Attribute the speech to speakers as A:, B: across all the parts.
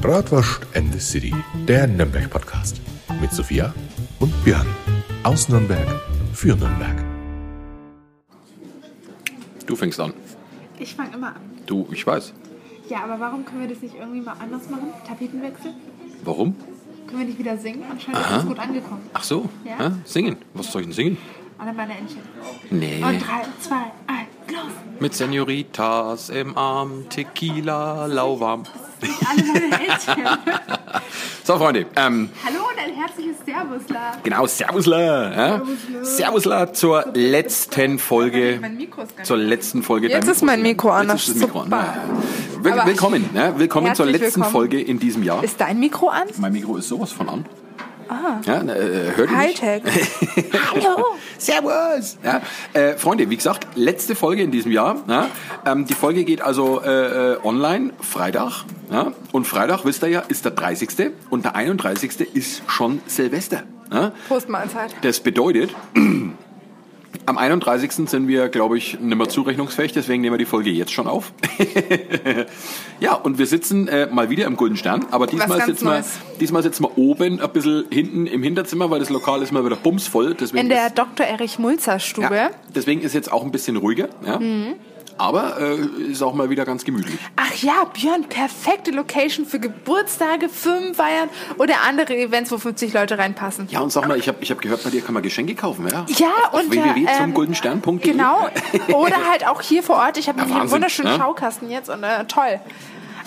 A: Bratwurst and the City, der Nürnberg-Podcast. Mit Sophia und Björn. Aus Nürnberg für Nürnberg.
B: Du fängst an.
C: Ich fange immer an.
B: Du, ich weiß.
C: Ja, aber warum können wir das nicht irgendwie mal anders machen? Tapetenwechsel?
B: Warum?
C: Können wir nicht wieder singen? Anscheinend ist es gut angekommen.
B: Ach so.
C: Ja.
B: Hä? Singen. Was soll ich denn singen?
C: Alle meine Entchen.
B: Nee.
C: Und drei, zwei, eins, los!
B: Mit Senoritas im Arm, Tequila, lauwarm.
C: Alle meine Entchen.
B: So, Freunde. Ähm,
C: Hallo und ein herzliches Servus, La.
B: genau, Servusla. Ja?
C: Servusla.
B: Servusla zur letzten Folge.
C: Mein Mikro ist gar nicht
B: Zur letzten Folge.
D: Jetzt
B: beim-
D: ist mein Mikro an,
B: Jetzt ist das
D: das
B: Mikro an.
D: super.
B: Ja. Will, willkommen. Ne? Willkommen zur
D: Herzlich
B: letzten
D: willkommen.
B: Folge in diesem Jahr.
D: Ist dein Mikro an?
B: mein Mikro ist sowas von an. Ah. Ja, ne, äh, hört ihr mich?
D: Hightech. Hallo.
B: Servus! Ja, äh, Freunde, wie gesagt, letzte Folge in diesem Jahr. Ja, ähm, die Folge geht also äh, äh, online, Freitag. Ja, und Freitag, wisst ihr ja, ist der 30. Und der 31. ist schon Silvester. Ja.
D: Prost Mahlzeit.
B: Das bedeutet, am 31. sind wir, glaube ich, nicht mehr zurechnungsfähig, deswegen nehmen wir die Folge jetzt schon auf. ja, und wir sitzen äh, mal wieder im Golden Stern, aber diesmal
D: ganz
B: sitzen, wir,
D: Neues.
B: diesmal sitzen wir oben, ein bisschen hinten im Hinterzimmer, weil das Lokal ist mal wieder bumsvoll. Deswegen
D: In der
B: ist,
D: Dr. Erich Mulzer Stube.
B: ja, deswegen ist jetzt auch ein bisschen ruhiger, ja.
D: Mhm.
B: aber äh, ist auch mal wieder ganz gemütlich.
D: Ach ja, Björn, perfekte Location für Geburtstage, Firmenfeiern oder andere Events, wo 50 Leute reinpassen.
B: Ja, und sag mal, ich habe ich hab gehört, bei dir kann man Geschenke kaufen, ja?
D: Ja,
B: auf
D: und äh, ähm,
B: www.zumguldenstern.de.
D: Genau. Oder halt auch hier vor Ort. Ich habe
B: Ja,
D: nämlich einen
B: Wahnsinn,
D: wunderschönen
B: ne?
D: Schaukasten jetzt und äh, toll.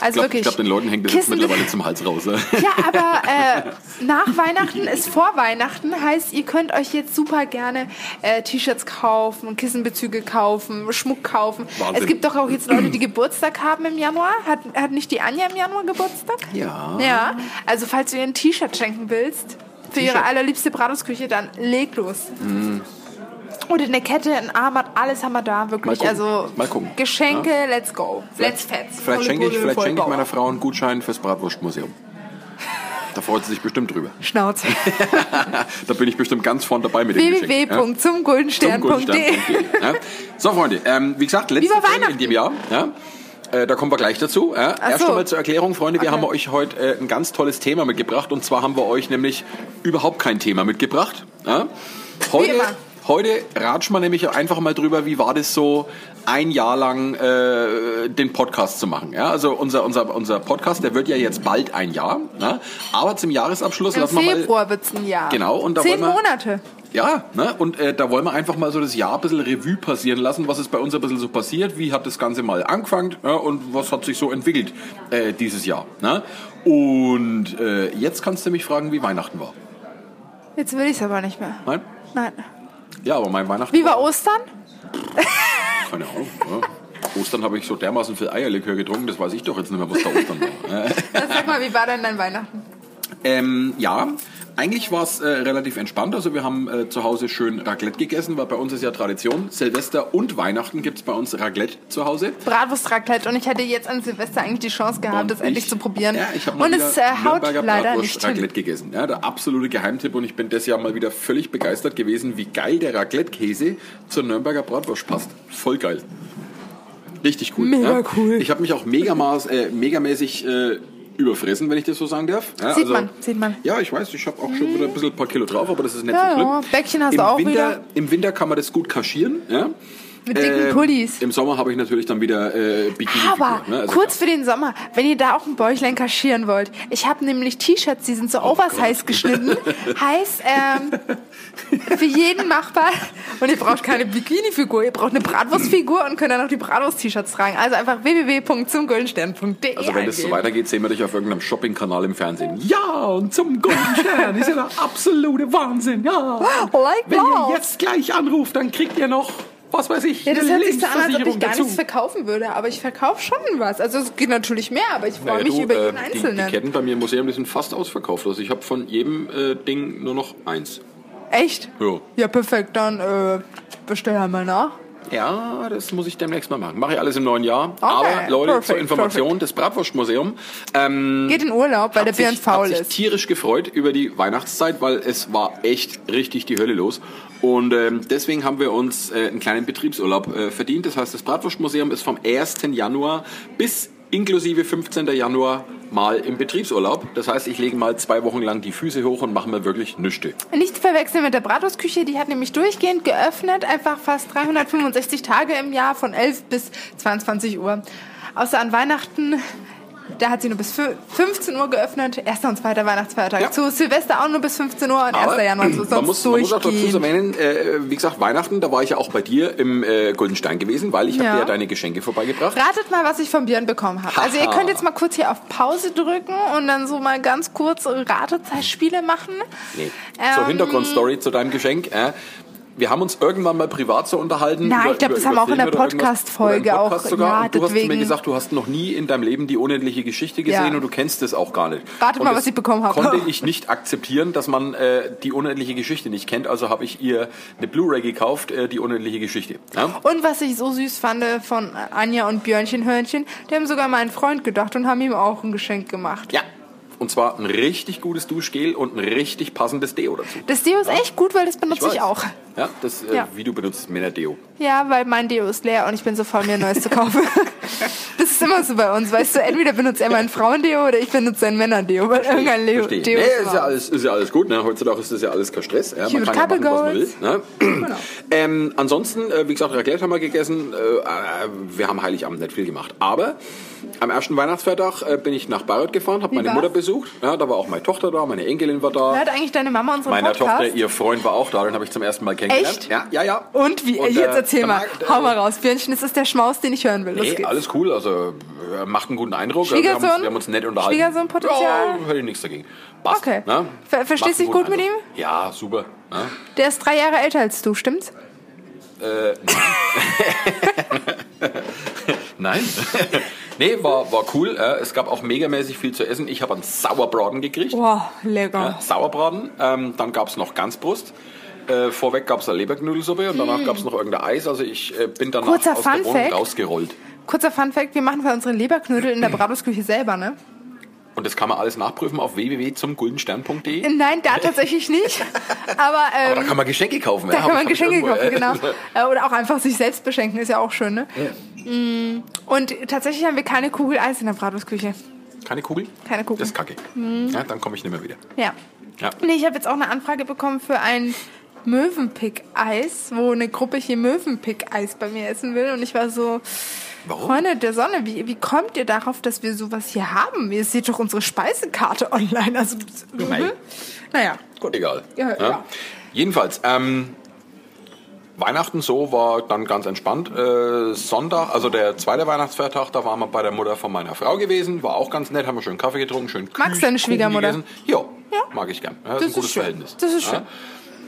D: Also
B: Ich glaube,
D: wirklich.
B: glaub, den Leuten hängt das jetzt
D: Kissen-
B: mittlerweile zum Hals raus. Ne?
D: Ja, aber äh, nach Weihnachten ist vor Weihnachten. Heißt, ihr könnt euch jetzt super gerne äh, T-Shirts kaufen, Kissenbezüge kaufen, Schmuck kaufen.
B: Wahnsinn.
D: Es gibt doch auch jetzt Leute, die Geburtstag haben im Januar. Hat, hat nicht die Anja im Januar Geburtstag?
B: Ja.
D: Ja, also falls du ihr ein T-Shirt schenken willst für ihre
B: T-Shirt. Mhm.
D: allerliebste Bratwurstküche, dann leg los. Oder eine Kette, ein Armband, alles haben wir da,
B: Mal
D: wirklich.
B: gucken.
D: also
B: Mal gucken.
D: Geschenke, let's go. let's fetz.
B: Vielleicht schenke ich, vielleicht schenke ich
D: Vollbauer.
B: meiner Frau einen Gutschein fürs Bratwurstmuseum. Da freut sie sich bestimmt drüber.
D: Schnauze.
B: Da bin ich bestimmt ganz vorn dabei mit dem Geschenk. ja. Zum
D: www.zumguldenstern.de
B: Guldenstern.de, ja. So, Freunde, ähm, wie gesagt, letzte
D: Über
B: Folge in
D: Weihnachten.
B: dem Jahr. Ja. Äh, Da kommen wir gleich dazu. Ja. Erst
D: so.
B: einmal zur Erklärung, Freunde. Wir haben euch heute äh, ein ganz tolles Thema mitgebracht. Und zwar haben wir euch nämlich überhaupt kein Thema mitgebracht. Ja. Heute,
D: immer.
B: heute ratschen wir nämlich einfach mal drüber, wie war das so, ein Jahr lang äh, den Podcast zu machen. Ja. Also unser, unser, unser Podcast, der wird ja jetzt bald ein Jahr. Ja. Aber zum Jahresabschluss
D: Im
B: lassen wir mal...
D: Februar wird's ein Jahr.
B: Genau, und da
D: Zehn
B: wollen wir-
D: Monate.
B: Ja, ne? und äh, da wollen wir einfach mal so das Jahr ein bisschen Revue passieren lassen, was ist bei uns ein bisschen so passiert, wie hat das Ganze mal angefangen ja, und was hat sich so entwickelt äh, dieses Jahr. Ne? Und äh, jetzt kannst du mich fragen, wie Weihnachten war.
D: Jetzt will ich's aber nicht mehr.
B: Nein?
D: Nein.
B: Ja, aber mein Weihnachten
D: Wie war Ostern?
B: Keine Ahnung. Ja. Ostern habe ich so dermaßen viel Eierlikör getrunken, das weiß ich doch jetzt nicht mehr, was da Ostern war. Ja.
D: Sag mal, wie war denn dein Weihnachten?
B: Ähm, ja, eigentlich war es äh, relativ entspannt. Also wir haben äh, zu Hause schön Raclette gegessen, weil bei uns ist ja Tradition. Silvester und Weihnachten gibt's bei uns Raclette zu Hause.
D: Bratwurst Raclette und ich hätte jetzt an Silvester eigentlich die Chance gehabt, das
B: Und
D: endlich
B: ich-
D: zu probieren.
B: Ja, ich habe mal
D: und
B: wieder
D: es äh, haut
B: Nürnberger
D: leider
B: Bratwurst
D: nicht hin.
B: Raclette gegessen. Ja, der absolute Geheimtipp und ich bin das Jahr mal wieder völlig begeistert gewesen, wie geil der Raclette-Käse zur Nürnberger Bratwurst passt. Voll geil. Richtig cool.
D: Mega
B: ja.
D: cool.
B: Ich habe mich auch megamaß, äh, megamäßig äh, überfressen, wenn ich das so sagen darf. Ja, also,
D: Sieht man, sieht man.
B: Ja, ich weiß, ich habe auch schon wieder ein bisschen ein paar Kilo drauf, aber das ist nicht
D: Ja,
B: so schlimm.
D: ja, Bäckchen hast
B: Im
D: du auch
B: Winter,
D: wieder.
B: Im Winter kann man das gut kaschieren. Ja.
D: Mit dicken
B: Ähm,
D: Pullis.
B: Im Sommer habe ich natürlich dann wieder äh, Bikini.
D: Aber
B: ne? Also
D: kurz für den Sommer, wenn ihr da auch ein Bäuchlein kaschieren wollt, ich habe nämlich T-Shirts, die sind so
B: Oh
D: oversized geschnitten, heißt ähm, für jeden machbar. Und ihr braucht keine Bikini-Figur, ihr braucht eine Bratwurstfigur und könnt dann noch die Bratwurst-T-Shirts tragen. Also einfach www.zumgoldenstern.de.
B: Also wenn es so
D: eingeben.
B: weitergeht, sehen wir dich auf irgendeinem Shopping-Kanal im Fernsehen. Ja, und zum goldenen Stern ist ja der absolute Wahnsinn.
D: Oh
B: Ja.
D: Like
B: wenn
D: Lauf.
B: ihr jetzt gleich anruft, dann kriegt ihr noch, was weiß ich,
D: Ja, das
B: eine
D: hört sich so an, als ob ich
B: Lebensversicherung
D: gar
B: dazu.
D: nichts verkaufen würde, aber ich verkaufe schon was. Also es geht natürlich mehr, aber ich freue
B: Naja,
D: mich
B: du,
D: über
B: äh,
D: jeden Einzelnen.
B: Die, die Ketten bei mir im Museum, die sind fast ausverkauft. Also ich habe von jedem äh, Ding nur noch eins.
D: Echt?
B: Ja.
D: Ja, perfekt, dann äh, bestell einmal nach.
B: Ja, das muss ich demnächst mal machen. Mache ich alles im neuen Jahr.
D: Okay,
B: Aber Leute, zur
D: perfekt,
B: Information, das Bratwurstmuseum
D: Geht in Urlaub, weil der Björn
B: sich, hat
D: faul
B: sich
D: ist.
B: tierisch gefreut über die Weihnachtszeit, weil es war echt richtig die Hölle los. Und ähm, deswegen haben wir uns äh, einen kleinen Betriebsurlaub äh, verdient. Das heißt, das Bratwurstmuseum ist vom 1. Januar bis inklusive 15. Januar mal im Betriebsurlaub. Das heißt, ich lege mal zwei Wochen lang die Füße hoch und mache mir wirklich nüchte.
D: Nicht verwechseln mit der Bratwurstküche, die hat nämlich durchgehend geöffnet, einfach fast 365 Tage im Jahr von 11 bis 22 Uhr. Außer an Weihnachten, da hat sie nur bis fü- 15 Uhr geöffnet, erster und zweiter Weihnachtsfeiertag.
B: Ja.
D: Zu Silvester auch nur bis 15 Uhr und 1. Januar. So, sonst
B: man, muss, man muss auch dazu
D: durchgehend.
B: erwähnen, äh, wie gesagt, Weihnachten, da war ich ja auch bei dir im äh, Goldenstein gewesen, weil ich hab
D: Ja.
B: dir ja deine Geschenke vorbeigebracht.
D: Ratet mal, was ich von Björn bekommen habe. Also ihr
B: Haha.
D: könnt jetzt mal kurz hier auf Pause drücken und dann so mal ganz kurz Ratezeitspiele machen.
B: Nee. Zur
D: Ähm,
B: Hintergrundstory zu deinem Geschenk. Äh, wir haben uns irgendwann mal privat so unterhalten.
D: Nein, ich glaub, das haben wir auch in
B: Filme
D: der
B: oder irgendwas.
D: Podcast-Folge
B: Oder im Podcast
D: auch.
B: Sogar.
D: Ja,
B: und du hast zu mir
D: deswegen-
B: gesagt, du hast noch nie in deinem Leben die unendliche Geschichte gesehen
D: Ja.
B: und du kennst es auch gar nicht.
D: Ratet
B: und
D: mal,
B: das
D: was ich bekommen habe.
B: konnte ich nicht akzeptieren, dass man äh, die unendliche Geschichte nicht kennt. Also habe ich ihr eine Blu-ray gekauft, äh, die unendliche Geschichte. Ja?
D: Und was ich so süß fand äh, von Anja und Björnchen Hörnchen, die haben sogar meinen Freund gedacht und haben ihm auch ein Geschenk gemacht.
B: ja. Und zwar ein richtig gutes Duschgel und ein richtig passendes Deo dazu.
D: Das Deo ist echt gut, weil das benutze ich,
B: weiß.
D: auch.
B: Ja, das, äh,
D: Ja.
B: wie du benutzt Männer-Deo.
D: Ja, weil mein Deo ist leer und ich bin so faul, mir ein neues zu kaufen. Das ist immer so bei uns, weißt du, entweder benutzt er mein Frauendeo oder ich benutze sein Männerdeo, weil irgendein Leo,
B: Verstehe.
D: Deo
B: nee,
D: ist
B: ist ja,
D: raus.
B: alles, ist ja alles gut. Ne? Heutzutage ist das ja alles kein Stress. Ja? Man
D: Cute
B: kann ja machen,
D: Couple
B: was man will.
D: Goals. Genau.
B: Ne? Ähm, ansonsten, äh, wie gesagt, Raclette haben wir gegessen. Äh, äh, wir haben Heiligabend nicht viel gemacht. Aber am ersten Weihnachtsfeiertag äh, bin ich nach Bayreuth gefahren, habe meine
D: war's?
B: Mutter besucht. Ja, da war auch meine Tochter da, meine Enkelin war da.
D: Hört eigentlich deine Mama unseren
B: Meiner
D: Podcast?
B: Tochter, ihr Freund war auch da, den habe ich zum ersten Mal kennengelernt.
D: Echt?
B: Ja, ja, ja.
D: Und wie,
B: Und,
D: jetzt
B: äh,
D: erzähl
B: der
D: mal,
B: Marc, äh,
D: hau mal raus. Björnchen, das ist der Schmaus, den ich hören will. Los
B: Nee,
D: geht's.
B: alles cool, also äh, macht einen guten Eindruck. Ja, Wir haben, uns-
D: Schwiegersohn?
B: wir haben uns nett unterhalten.
D: Schwiegersohnpotenzial?
B: Ja, hätte ich nichts dagegen. Passt,
D: Okay.
B: ne?
D: Ver- verstehst
B: Macht einen
D: dich
B: guten
D: gut mit
B: Eindruck. Ja, super. Ne?
D: Der ist drei Jahre älter als du, stimmt's?
B: Nein. nee, war, war cool. Äh, es gab auch megamäßig viel zu essen. Ich habe einen Sauerbraten gekriegt.
D: Boah, lecker.
B: Ja, Sauerbraten. Ähm, dann gab es noch Ganzbrust. Äh, vorweg gab es eine Leberknudelsuppe und danach gab es noch irgendein Eis. Also ich äh, bin danach
D: Kurzer
B: aus
D: Fun
B: der Wohnung
D: Fact.
B: rausgerollt.
D: Kurzer Funfact, wir machen für unsere Leberknödel in der Bratwurstküche selber, ne?
B: Und das kann man alles nachprüfen auf www.zumguldenstern.de.
D: Nein, da tatsächlich nicht. Aber, ähm,
B: Aber da kann man Geschenke kaufen.
D: da
B: ja.
D: kann man
B: Hab ich
D: Geschenke kaufen,
B: irgendwo,
D: genau.
B: äh,
D: Äh, Oder auch einfach sich selbst beschenken, ist ja auch schön, ne? Mm, Und tatsächlich haben wir keine Kugel Eis in der Bratwurstküche.
B: Keine Kugel?
D: Keine Kugel. Mhm.
B: Das ist kacke. Ja, dann komme ich nicht mehr wieder.
D: Ja.
B: Ja.
D: Nee, ich habe jetzt auch eine Anfrage bekommen für ein Möwenpick-Eis, wo eine Gruppe hier Möwenpick-Eis bei mir essen will. Und ich war so,
B: Warum?
D: Freunde der Sonne, wie, wie kommt ihr darauf, dass wir sowas hier haben? Ihr seht doch unsere Speisekarte online. Also,
B: Nein.
D: Naja,
B: Gut, egal.
D: Ja, ja.
B: Jedenfalls, ähm, Weihnachten so war dann ganz entspannt. Äh, Sonntag, also der zweite Weihnachtsfeiertag, da waren wir bei der Mutter von meiner Frau gewesen. War auch ganz nett, haben wir schön Kaffee getrunken, schön Kühl-
D: Magst du deine
B: Kuchen
D: Schwiegermutter?
B: gegessen. Ja,
D: Ja.
B: mag ich gern. Ja,
D: Das
B: das ist ein
D: ist
B: gutes
D: schön.
B: Verhältnis.
D: Das ist schön.
B: Ja.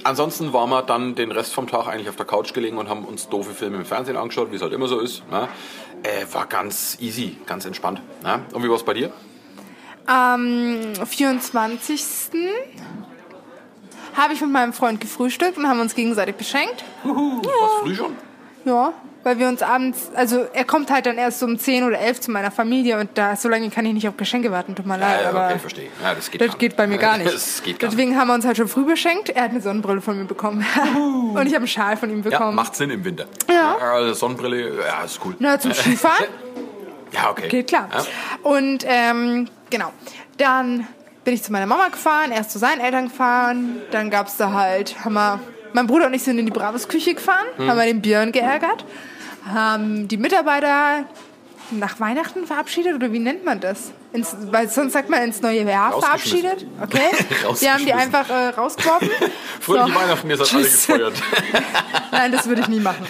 B: Ansonsten waren wir dann den Rest vom Tag eigentlich auf der Couch gelegen und haben uns doofe Filme im Fernsehen angeschaut, wie es halt immer so ist. Ne? Äh, war ganz easy, ganz entspannt. Ne? Und wie war es bei dir?
D: Am 24. habe ich mit meinem Freund gefrühstückt und haben uns gegenseitig beschenkt.
B: War's früh schon?
D: Ja, weil wir uns abends, also er kommt halt dann erst so um 10 oder 11 zu meiner Familie und da so lange kann ich nicht auf Geschenke warten, tut mir leid,
B: Ja,
D: Äh, aber
B: okay, verstehe. Ja, das geht,
D: das
B: gar
D: geht bei mir gar nicht.
B: Das geht gar nicht.
D: Deswegen haben wir uns halt schon früh beschenkt. Er hat eine Sonnenbrille von mir bekommen und ich habe einen Schal von ihm
B: Ja,
D: bekommen.
B: macht Sinn im Winter.
D: Ja.
B: also Sonnenbrille, ja, ist cool.
D: Na, zum Skifahren
B: Ja, okay.
D: geht klar.
B: Ja.
D: Und ähm, genau, dann bin ich zu meiner Mama gefahren, erst zu seinen Eltern gefahren, dann gab's da halt, haben wir, mein Bruder und ich sind in die Braves Küche gefahren,
B: Hm.
D: haben wir den Björn geärgert, haben die Mitarbeiter nach Weihnachten verabschiedet oder wie nennt man das? Ins, weil sonst sagt man ins neue Jahr
B: Rausgeschmissen.
D: verabschiedet. Okay. Wir haben die
B: Rausgeschmissen.
D: einfach äh, rausgeworfen.
B: Fröhliche Weihnachten, ihr seid alle
D: Tschüss.
B: gefeuert.
D: Nein, das würde ich nie machen.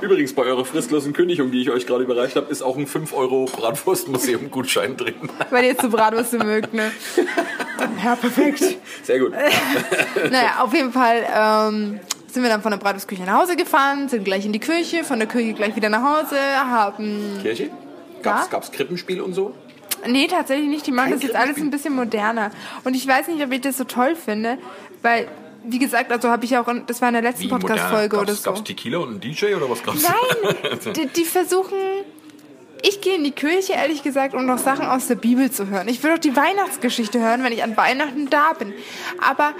B: Übrigens, bei eurer fristlosen Kündigung, die ich euch gerade überreicht habe, ist auch ein 5-Euro-Bratwurstmuseum-Gutschein drin.
D: Weil ihr zu Bratwürste mögt, ne? Ja, perfekt. Ähm.
B: Sehr gut.
D: Naja, auf jeden Fall ähm, sind wir dann von der Bratwurstküche nach Hause gefahren, sind gleich in die Kirche, von der Kirche gleich wieder nach Hause, haben...
B: Kirche? Gab's,
D: Ja.
B: gab's Krippenspiel und so?
D: Nee, tatsächlich nicht. Die machen
B: Kein
D: das jetzt alles ein bisschen moderner. Und ich weiß nicht, ob ich das so toll finde, weil, wie gesagt, also habe ich ja auch... in- Das war in der letzten Podcast-Folge
B: Gab's-
D: oder so.
B: Gab's Tequila und einen DJ oder was gab's?
D: Nein, die, die versuchen... Ich gehe in die Kirche, ehrlich gesagt, um noch Sachen aus der Bibel zu hören. Ich will doch die Weihnachtsgeschichte hören, wenn ich an Weihnachten da bin. Aber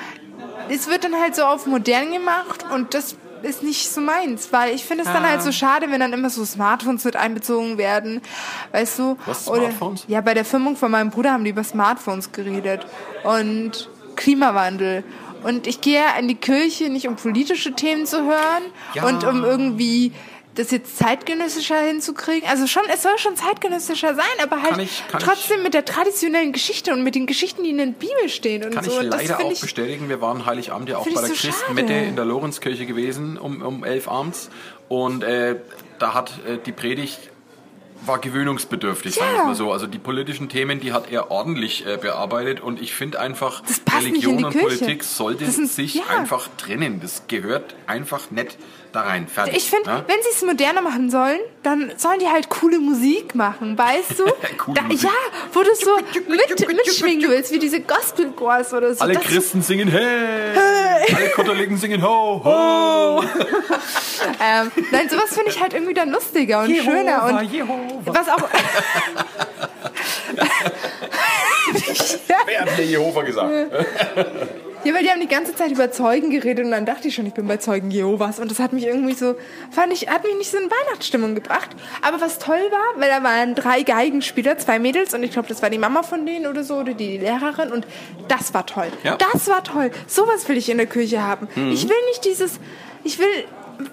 D: es wird dann halt so auf modern gemacht und das ist nicht so meins, weil ich finde es dann
B: Ah.
D: halt so schade, wenn dann immer so Smartphones mit einbezogen werden, weißt du?
B: Was, Smartphones?
D: ja, bei der Firmung von meinem Bruder haben die über Smartphones geredet und Klimawandel. Und ich gehe ja in die Kirche nicht um politische Themen zu hören
B: Ja.
D: und um irgendwie das jetzt zeitgenössischer hinzukriegen. Also schon, es soll schon zeitgenössischer sein, aber halt
B: Kann ich- kann ich-
D: trotzdem mit der traditionellen Geschichte und mit den Geschichten, die in der Bibel stehen und
B: Kann
D: so.
B: ich
D: und das
B: leider
D: finde
B: auch
D: ich,
B: bestätigen. Wir waren Heiligabend ja auch
D: Find
B: bei
D: ich
B: der
D: so
B: Christmette
D: schade.
B: in der Lorenzkirche gewesen, um, um elf abends. Und äh, da hat äh, die Predigt war gewöhnungsbedürftig, sagen wir es
D: Ja.
B: mal so. Also die politischen Themen, die hat er ordentlich äh, bearbeitet und ich finde einfach,
D: Das passt nicht in
B: Religion
D: die
B: und
D: Kirche.
B: Politik sollte
D: Das ist-
B: sich
D: ja.
B: einfach trennen. Das gehört einfach nicht da rein. Fertig. ne?
D: Ich finde,
B: Ja?
D: wenn sie es moderner machen sollen, dann sollen die halt coole Musik machen, weißt du?
B: Coole
D: da,
B: Musik.
D: ja, wo du so mit, mitschwingen willst, wie diese Gospelchors oder so.
B: alle
D: Das-
B: Christen singen hey, alle Katholiken singen ho, ho.
D: Ähm, nein, sowas finde ich halt irgendwie dann lustiger und schöner und
B: Jehova.
D: was auch.
B: Wer hat denn Jehova gesagt?
D: Ja, weil die haben die ganze Zeit über Zeugen geredet und dann dachte ich schon, ich bin bei Zeugen Jehovas und das hat mich irgendwie so, fand ich, hat mich nicht so in Weihnachtsstimmung gebracht. Aber was toll war, weil da waren drei Geigenspieler, zwei Mädels und ich glaube, das war die Mama von denen oder so oder die Lehrerin und das war toll.
B: Ja. Mhm.
D: Das war toll. Sowas will ich in der Kirche haben. Ich will nicht dieses, ich will,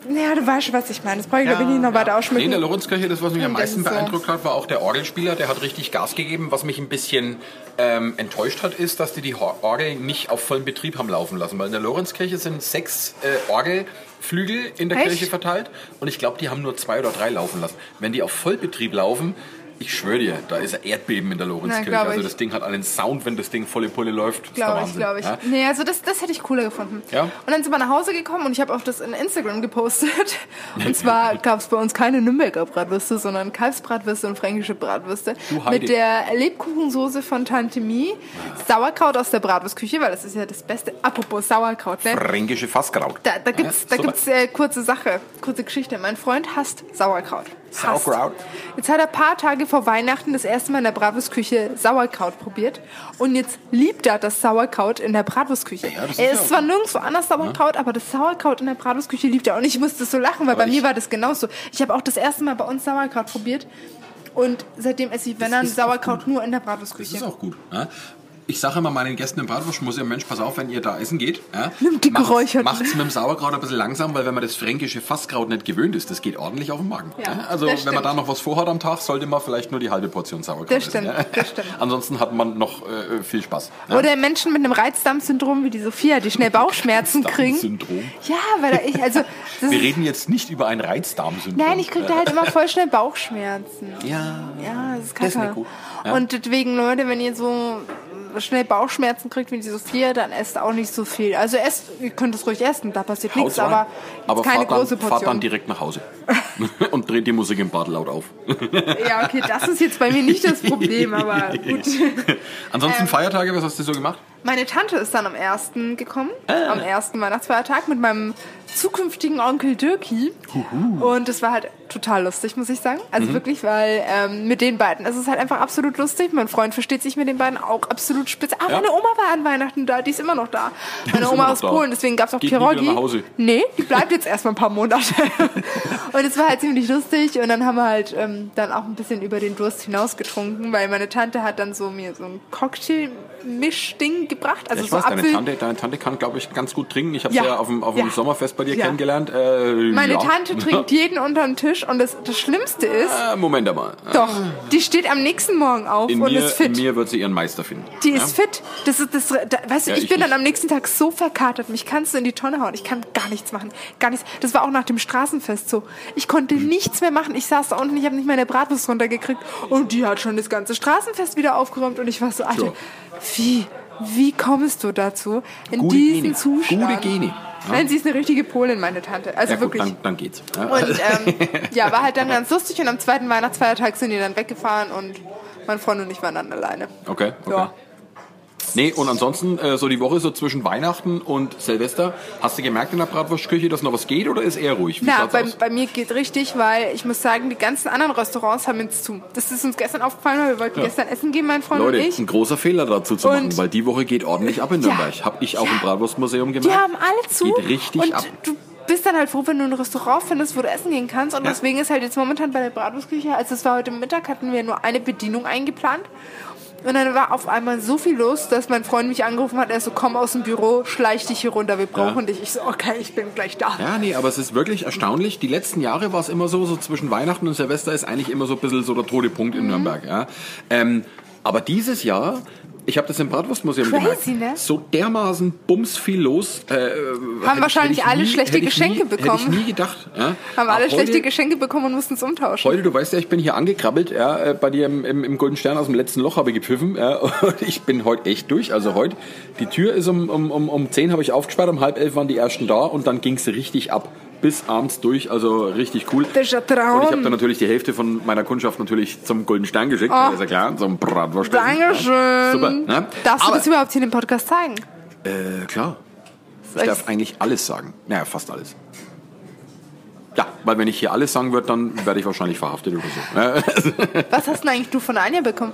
D: naja, du weißt schon, was ich meine. Das brauche ich glaube ich nicht noch
B: Nee,
D: weiter
B: in
D: ausschmücken.
B: der Lorenzkirche, das, was mich am
D: Und das
B: meisten
D: ist so.
B: beeindruckt hat, war auch der Orgelspieler, der hat richtig Gas gegeben. Was mich ein bisschen ähm, enttäuscht hat, ist, dass die die Hor- Orgel nicht auf vollen Betrieb haben laufen lassen. Weil in der Lorenzkirche sind sechs äh, Orgelflügel in der
D: Echt?
B: Kirche verteilt und ich glaube, die haben nur zwei oder drei laufen lassen. Wenn die auf Vollbetrieb laufen, ich schwöre dir, da ist ein Erdbeben in der Lorenzkirche.
D: glaub
B: also
D: ich.
B: das Ding hat einen Sound, wenn das Ding volle Pulle läuft. Das ist der
D: Glaube ich,
B: Wahnsinn,
D: glaube ich.
B: ja?
D: Nee, also das, das hätte ich cooler gefunden.
B: Ja.
D: Und dann sind wir nach Hause gekommen und ich habe auch das in Instagram gepostet. Und zwar gab es bei uns keine Nürnberger Bratwürste, sondern Kalbsbratwürste und fränkische Bratwürste.
B: Du Heidi. Ah.
D: Mit der Lebkuchensoße von Tante Mie, Sauerkraut aus der Bratwurstküche, weil das ist ja das Beste. Apropos Sauerkraut, ne?
B: Fränkische Fasskraut.
D: Da, da gibt's, da
B: super.
D: gibt's äh, kurze Sache, kurze Geschichte. Mein Freund hasst Sauerkraut. Hasst.
B: Sauerkraut?
D: Jetzt hat er ein paar Tage vor Weihnachten das erste Mal in der Bratwurstküche Sauerkraut probiert. Und jetzt liebt er das Sauerkraut in der Bratwurstküche.
B: Ja, das ist
D: er
B: ja
D: ist
B: auch
D: zwar nirgendwo anders Sauerkraut, aber das Sauerkraut in der Bratwurstküche liebt er. Und ich musste so lachen, weil bei
B: ich-
D: mir war das genauso. Ich habe auch das erste Mal bei uns Sauerkraut probiert. Und seitdem esse ich, wenn dann,
B: ist doch
D: Sauerkraut nur in der
B: Das
D: Bratwurstküche.
B: ist auch gut. Ja? Ich sage immer meinen Gästen im Bratwurst, muss ja Mensch, pass auf, wenn ihr da essen geht. Ja,
D: Nimm die geräucherten.
B: Macht es mit dem Sauerkraut ein bisschen langsam, weil wenn man das fränkische Fasskraut nicht gewöhnt ist, das geht ordentlich auf den Magen.
D: Ja,
B: Also
D: das
B: wenn man
D: stimmt.
B: da noch was vorhat am Tag, sollte man vielleicht nur die halbe Portion Sauerkraut
D: Das
B: essen.
D: stimmt,
B: ja?
D: das stimmt.
B: Ansonsten hat man noch äh, viel Spaß. ja?
D: Oder Menschen mit einem Reizdarmsyndrom wie die Sophia, die schnell Bauchschmerzen kriegen.
B: Reizdarmsyndrom.
D: Ja, weil da ich, also, das
B: Wir
D: ist,
B: reden jetzt nicht über ein Reizdarmsyndrom.
D: nein, ich krieg da halt immer voll schnell Bauchschmerzen.
B: Ja.
D: Ja, das ist
B: Das ist
D: kacke.
B: nicht gut. Ja.
D: Und deswegen, Leute, wenn ihr so schnell Bauchschmerzen kriegt wie die Sophia, dann esst auch nicht so viel. Also esst, ihr könnt es ruhig essen, da passiert
B: Haut's
D: nichts,
B: rein.
D: aber, jetzt
B: aber
D: keine
B: fahrt,
D: große
B: dann, fahrt dann
D: Portion.
B: direkt nach Hause und dreht die Musik im Bad laut auf.
D: Ja, okay, das ist jetzt bei mir nicht das Problem, aber gut.
B: Ansonsten
D: Ähm,
B: Feiertage, was hast du so gemacht?
D: Meine Tante ist dann am ersten gekommen,
B: Ah.
D: am ersten Weihnachtsfeiertag mit meinem zukünftigen Onkel Dirki. Und es war halt total lustig, muss ich sagen.
B: Mhm.
D: Also wirklich, weil ähm, mit den beiden ist es halt einfach absolut lustig. Mein Freund versteht sich mit den beiden auch absolut spitze. Ah,
B: Ja.
D: meine Oma war an Weihnachten da, die ist immer noch da. Meine
B: ist
D: Oma
B: immer
D: aus
B: noch da.
D: Polen, deswegen gab es auch
B: Geht nie wieder
D: Pierogi.
B: nach Hause.
D: Nee, die bleibt jetzt erstmal ein paar Monate. und es war halt ziemlich lustig. Und dann haben wir halt ähm, dann auch ein bisschen über den Durst hinaus getrunken, weil meine Tante hat dann so mir so ein Cocktail-Mischding gebracht. Also
B: ich
D: so
B: weiß, deine
D: Apfel.
B: Tante, deine Tante kann, glaube ich, ganz gut trinken. Ich habe
D: Ja.
B: sie ja auf dem, auf dem
D: Ja.
B: Sommerfest bei dir
D: Ja.
B: kennengelernt. Äh,
D: meine
B: ja.
D: Tante trinkt jeden unterm Tisch und das, das Schlimmste ist,
B: Äh, Moment einmal.
D: doch, die steht am nächsten Morgen auf
B: In
D: und
B: mir,
D: ist
B: in
D: fit.
B: mir wird sie ihren Meister finden.
D: Die ist fit. Das ist das. Da, weißt du,
B: Ja,
D: ich,
B: ich-
D: bin dann
B: ich-
D: am nächsten Tag so verkatert. Mich kannst du in die Tonne hauen. Ich kann gar nichts machen. Gar nichts. Das war auch nach dem Straßenfest so. Ich konnte
B: Mhm.
D: nichts mehr machen. Ich saß da unten, ich habe nicht meine Bratwurst runtergekriegt. Und die hat schon das ganze Straßenfest wieder aufgeräumt. Und ich war so, Alter,
B: Tja.
D: wie, wie kommst du dazu? In
B: Gute
D: diesen
B: Gene.
D: Zustand.
B: Gute Gene. Ja.
D: Nein, sie ist eine richtige Polin, meine Tante. Also
B: ja, gut,
D: wirklich.
B: dann, dann geht's. Ja.
D: Und ähm, ja, war halt dann ganz lustig und am zweiten Weihnachtsfeiertag sind die dann weggefahren und mein Freund und ich waren dann alleine.
B: okay, okay.
D: Ja.
B: Nee, und ansonsten, äh, so die Woche so zwischen Weihnachten und Silvester, hast du gemerkt in der Bratwurstküche, dass noch was geht oder ist eher ruhig? Wie
D: Na,
B: schaut's
D: bei,
B: aus?
D: bei mir geht richtig, weil ich muss sagen, die ganzen anderen Restaurants haben jetzt zu. Das ist uns gestern aufgefallen, weil wir wollten gestern essen gehen, mein Freund
B: Leute,
D: und ich.
B: ein großer Fehler dazu zu machen,
D: Und-
B: weil die Woche geht ordentlich ab in
D: Ja.
B: Nürnberg. Hab ich auch im Bratwurstmuseum
D: Die
B: gemerkt.
D: haben alle zu.
B: Geht richtig
D: und
B: ab.
D: du bist dann halt froh, wenn du ein Restaurant findest, wo du essen gehen kannst. Und
E: Ja.
D: deswegen ist halt jetzt momentan bei der Bratwurstküche, als es war heute Mittag, hatten wir nur eine Bedienung eingeplant. Und dann war auf einmal so viel los, dass mein Freund mich angerufen hat, er so, komm aus dem Büro, schleich dich hier runter, wir brauchen dich. Ich so, okay, ich bin gleich da.
E: Ja, nee, aber es ist wirklich erstaunlich. Die letzten Jahre war es immer so, so zwischen Weihnachten und Silvester ist eigentlich immer so ein bisschen so der tote Punkt
D: Mhm.
E: in Nürnberg. Ja. Ähm, aber dieses Jahr, ich habe das im Bratwurstmuseum
D: Crazy, ne?
E: gemerkt, so dermaßen bums viel los. Äh, hätte ich-
D: wahrscheinlich
E: hätte ich
D: alle schlechte
E: hätte ich
D: Geschenke
E: nie, Hätte
D: bekommen.
E: ich nie gedacht. Ja.
D: Haben alle
E: Aber
D: schlechte
E: heute-
D: Geschenke bekommen und mussten es umtauschen.
E: Heute, du weißt ja, ich bin hier angekrabbelt, ja, äh, bei dir im, im, im Golden Stern aus dem letzten Loch habe ich gepfiffen ja, und ich bin heute echt durch. Also heute, die Tür ist um, um, um, um 10 habe ich aufgesperrt, um halb elf waren die ersten da und dann ging es richtig ab. Bis abends durch, also richtig cool.
D: Das ist ja Traum.
E: Und ich habe dann natürlich die Hälfte von meiner Kundschaft natürlich zum Golden Stern geschickt,
D: Oh.
E: ist ja klar, zum Bratwurst.
D: Dankeschön.
E: Super, ne?
D: Darfst
E: Aber-
D: du das überhaupt hier in dem Podcast zeigen?
E: Äh, klar.
D: Soll
E: Ich
D: ich-
E: darf eigentlich alles sagen. Naja, fast alles. Ja, weil wenn ich hier alles sagen würde, dann werde ich wahrscheinlich verhaftet oder so.
D: Was hast denn eigentlich du von Anja bekommen?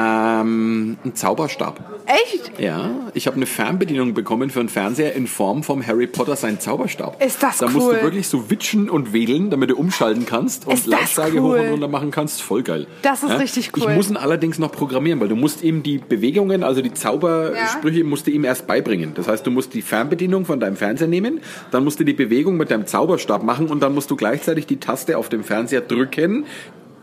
E: Ähm, ein Zauberstab.
D: Echt?
E: Ja, ich habe eine Fernbedienung bekommen für einen Fernseher in Form vom Harry Potter sein Zauberstab.
D: Ist das
E: Da musst
D: cool.
E: du wirklich so witschen und wählen, damit du umschalten kannst und
D: Ist das
E: Lautstärke hoch
D: cool.
E: und runter machen kannst. Voll geil.
D: Das ist richtig cool.
E: Ich muss ihn allerdings noch programmieren, weil du musst ihm die Bewegungen, also die Zaubersprüche, musst du ihm erst beibringen. Das heißt, du musst die Fernbedienung von deinem Fernseher nehmen, dann musst du die Bewegung mit deinem Zauberstab machen und dann musst du gleichzeitig die Taste auf dem Fernseher drücken,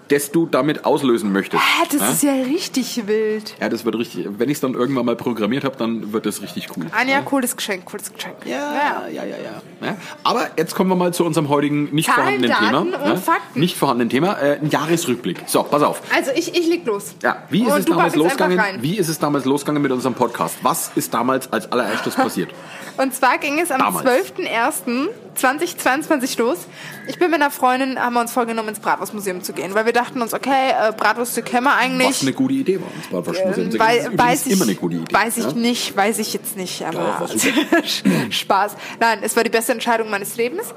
E: das du damit auslösen möchtest.
D: Hä, Äh, das
E: Ja?
D: ist ja richtig wild.
E: Ja, das wird richtig. Wenn ich es dann irgendwann mal programmiert habe, dann wird das richtig cool.
D: Anja, cooles Geschenk, cooles Geschenk.
E: Ja, ja, ja, ja. ja. Aber jetzt kommen wir mal zu unserem heutigen nicht
D: Zahlen,
E: vorhandenen Thema.
D: Daten und
E: ja.
D: Fakten.
E: Nicht vorhandenen Thema, äh, ein Jahresrückblick. So, pass auf.
D: Also ich, ich leg los.
E: Ja, wie ist
D: Und
E: es
D: du
E: damals
D: packst jetzt einfach
E: losgegangen?
D: rein.
E: Wie ist es damals losgegangen mit unserem Podcast? Was ist damals als allererstes passiert?
D: Und zwar ging es am
E: Damals.
D: 12.01.2022 los. Ich bin mit einer Freundin, haben wir uns vorgenommen, ins Bratwurstmuseum zu gehen, weil wir dachten uns, okay, äh, Bratwurst kennen wir
E: Was
D: eigentlich.
E: eine gute Idee war. Das war wahrscheinlich
D: Ähm,
E: übrigens
D: wei- weiß ich,
E: immer eine gute Idee.
D: Weiß ich
E: ja?
D: nicht, weiß ich jetzt nicht,
E: Doch,
D: aber
E: war super.
D: Spaß. Nein, es war die beste Entscheidung meines Lebens.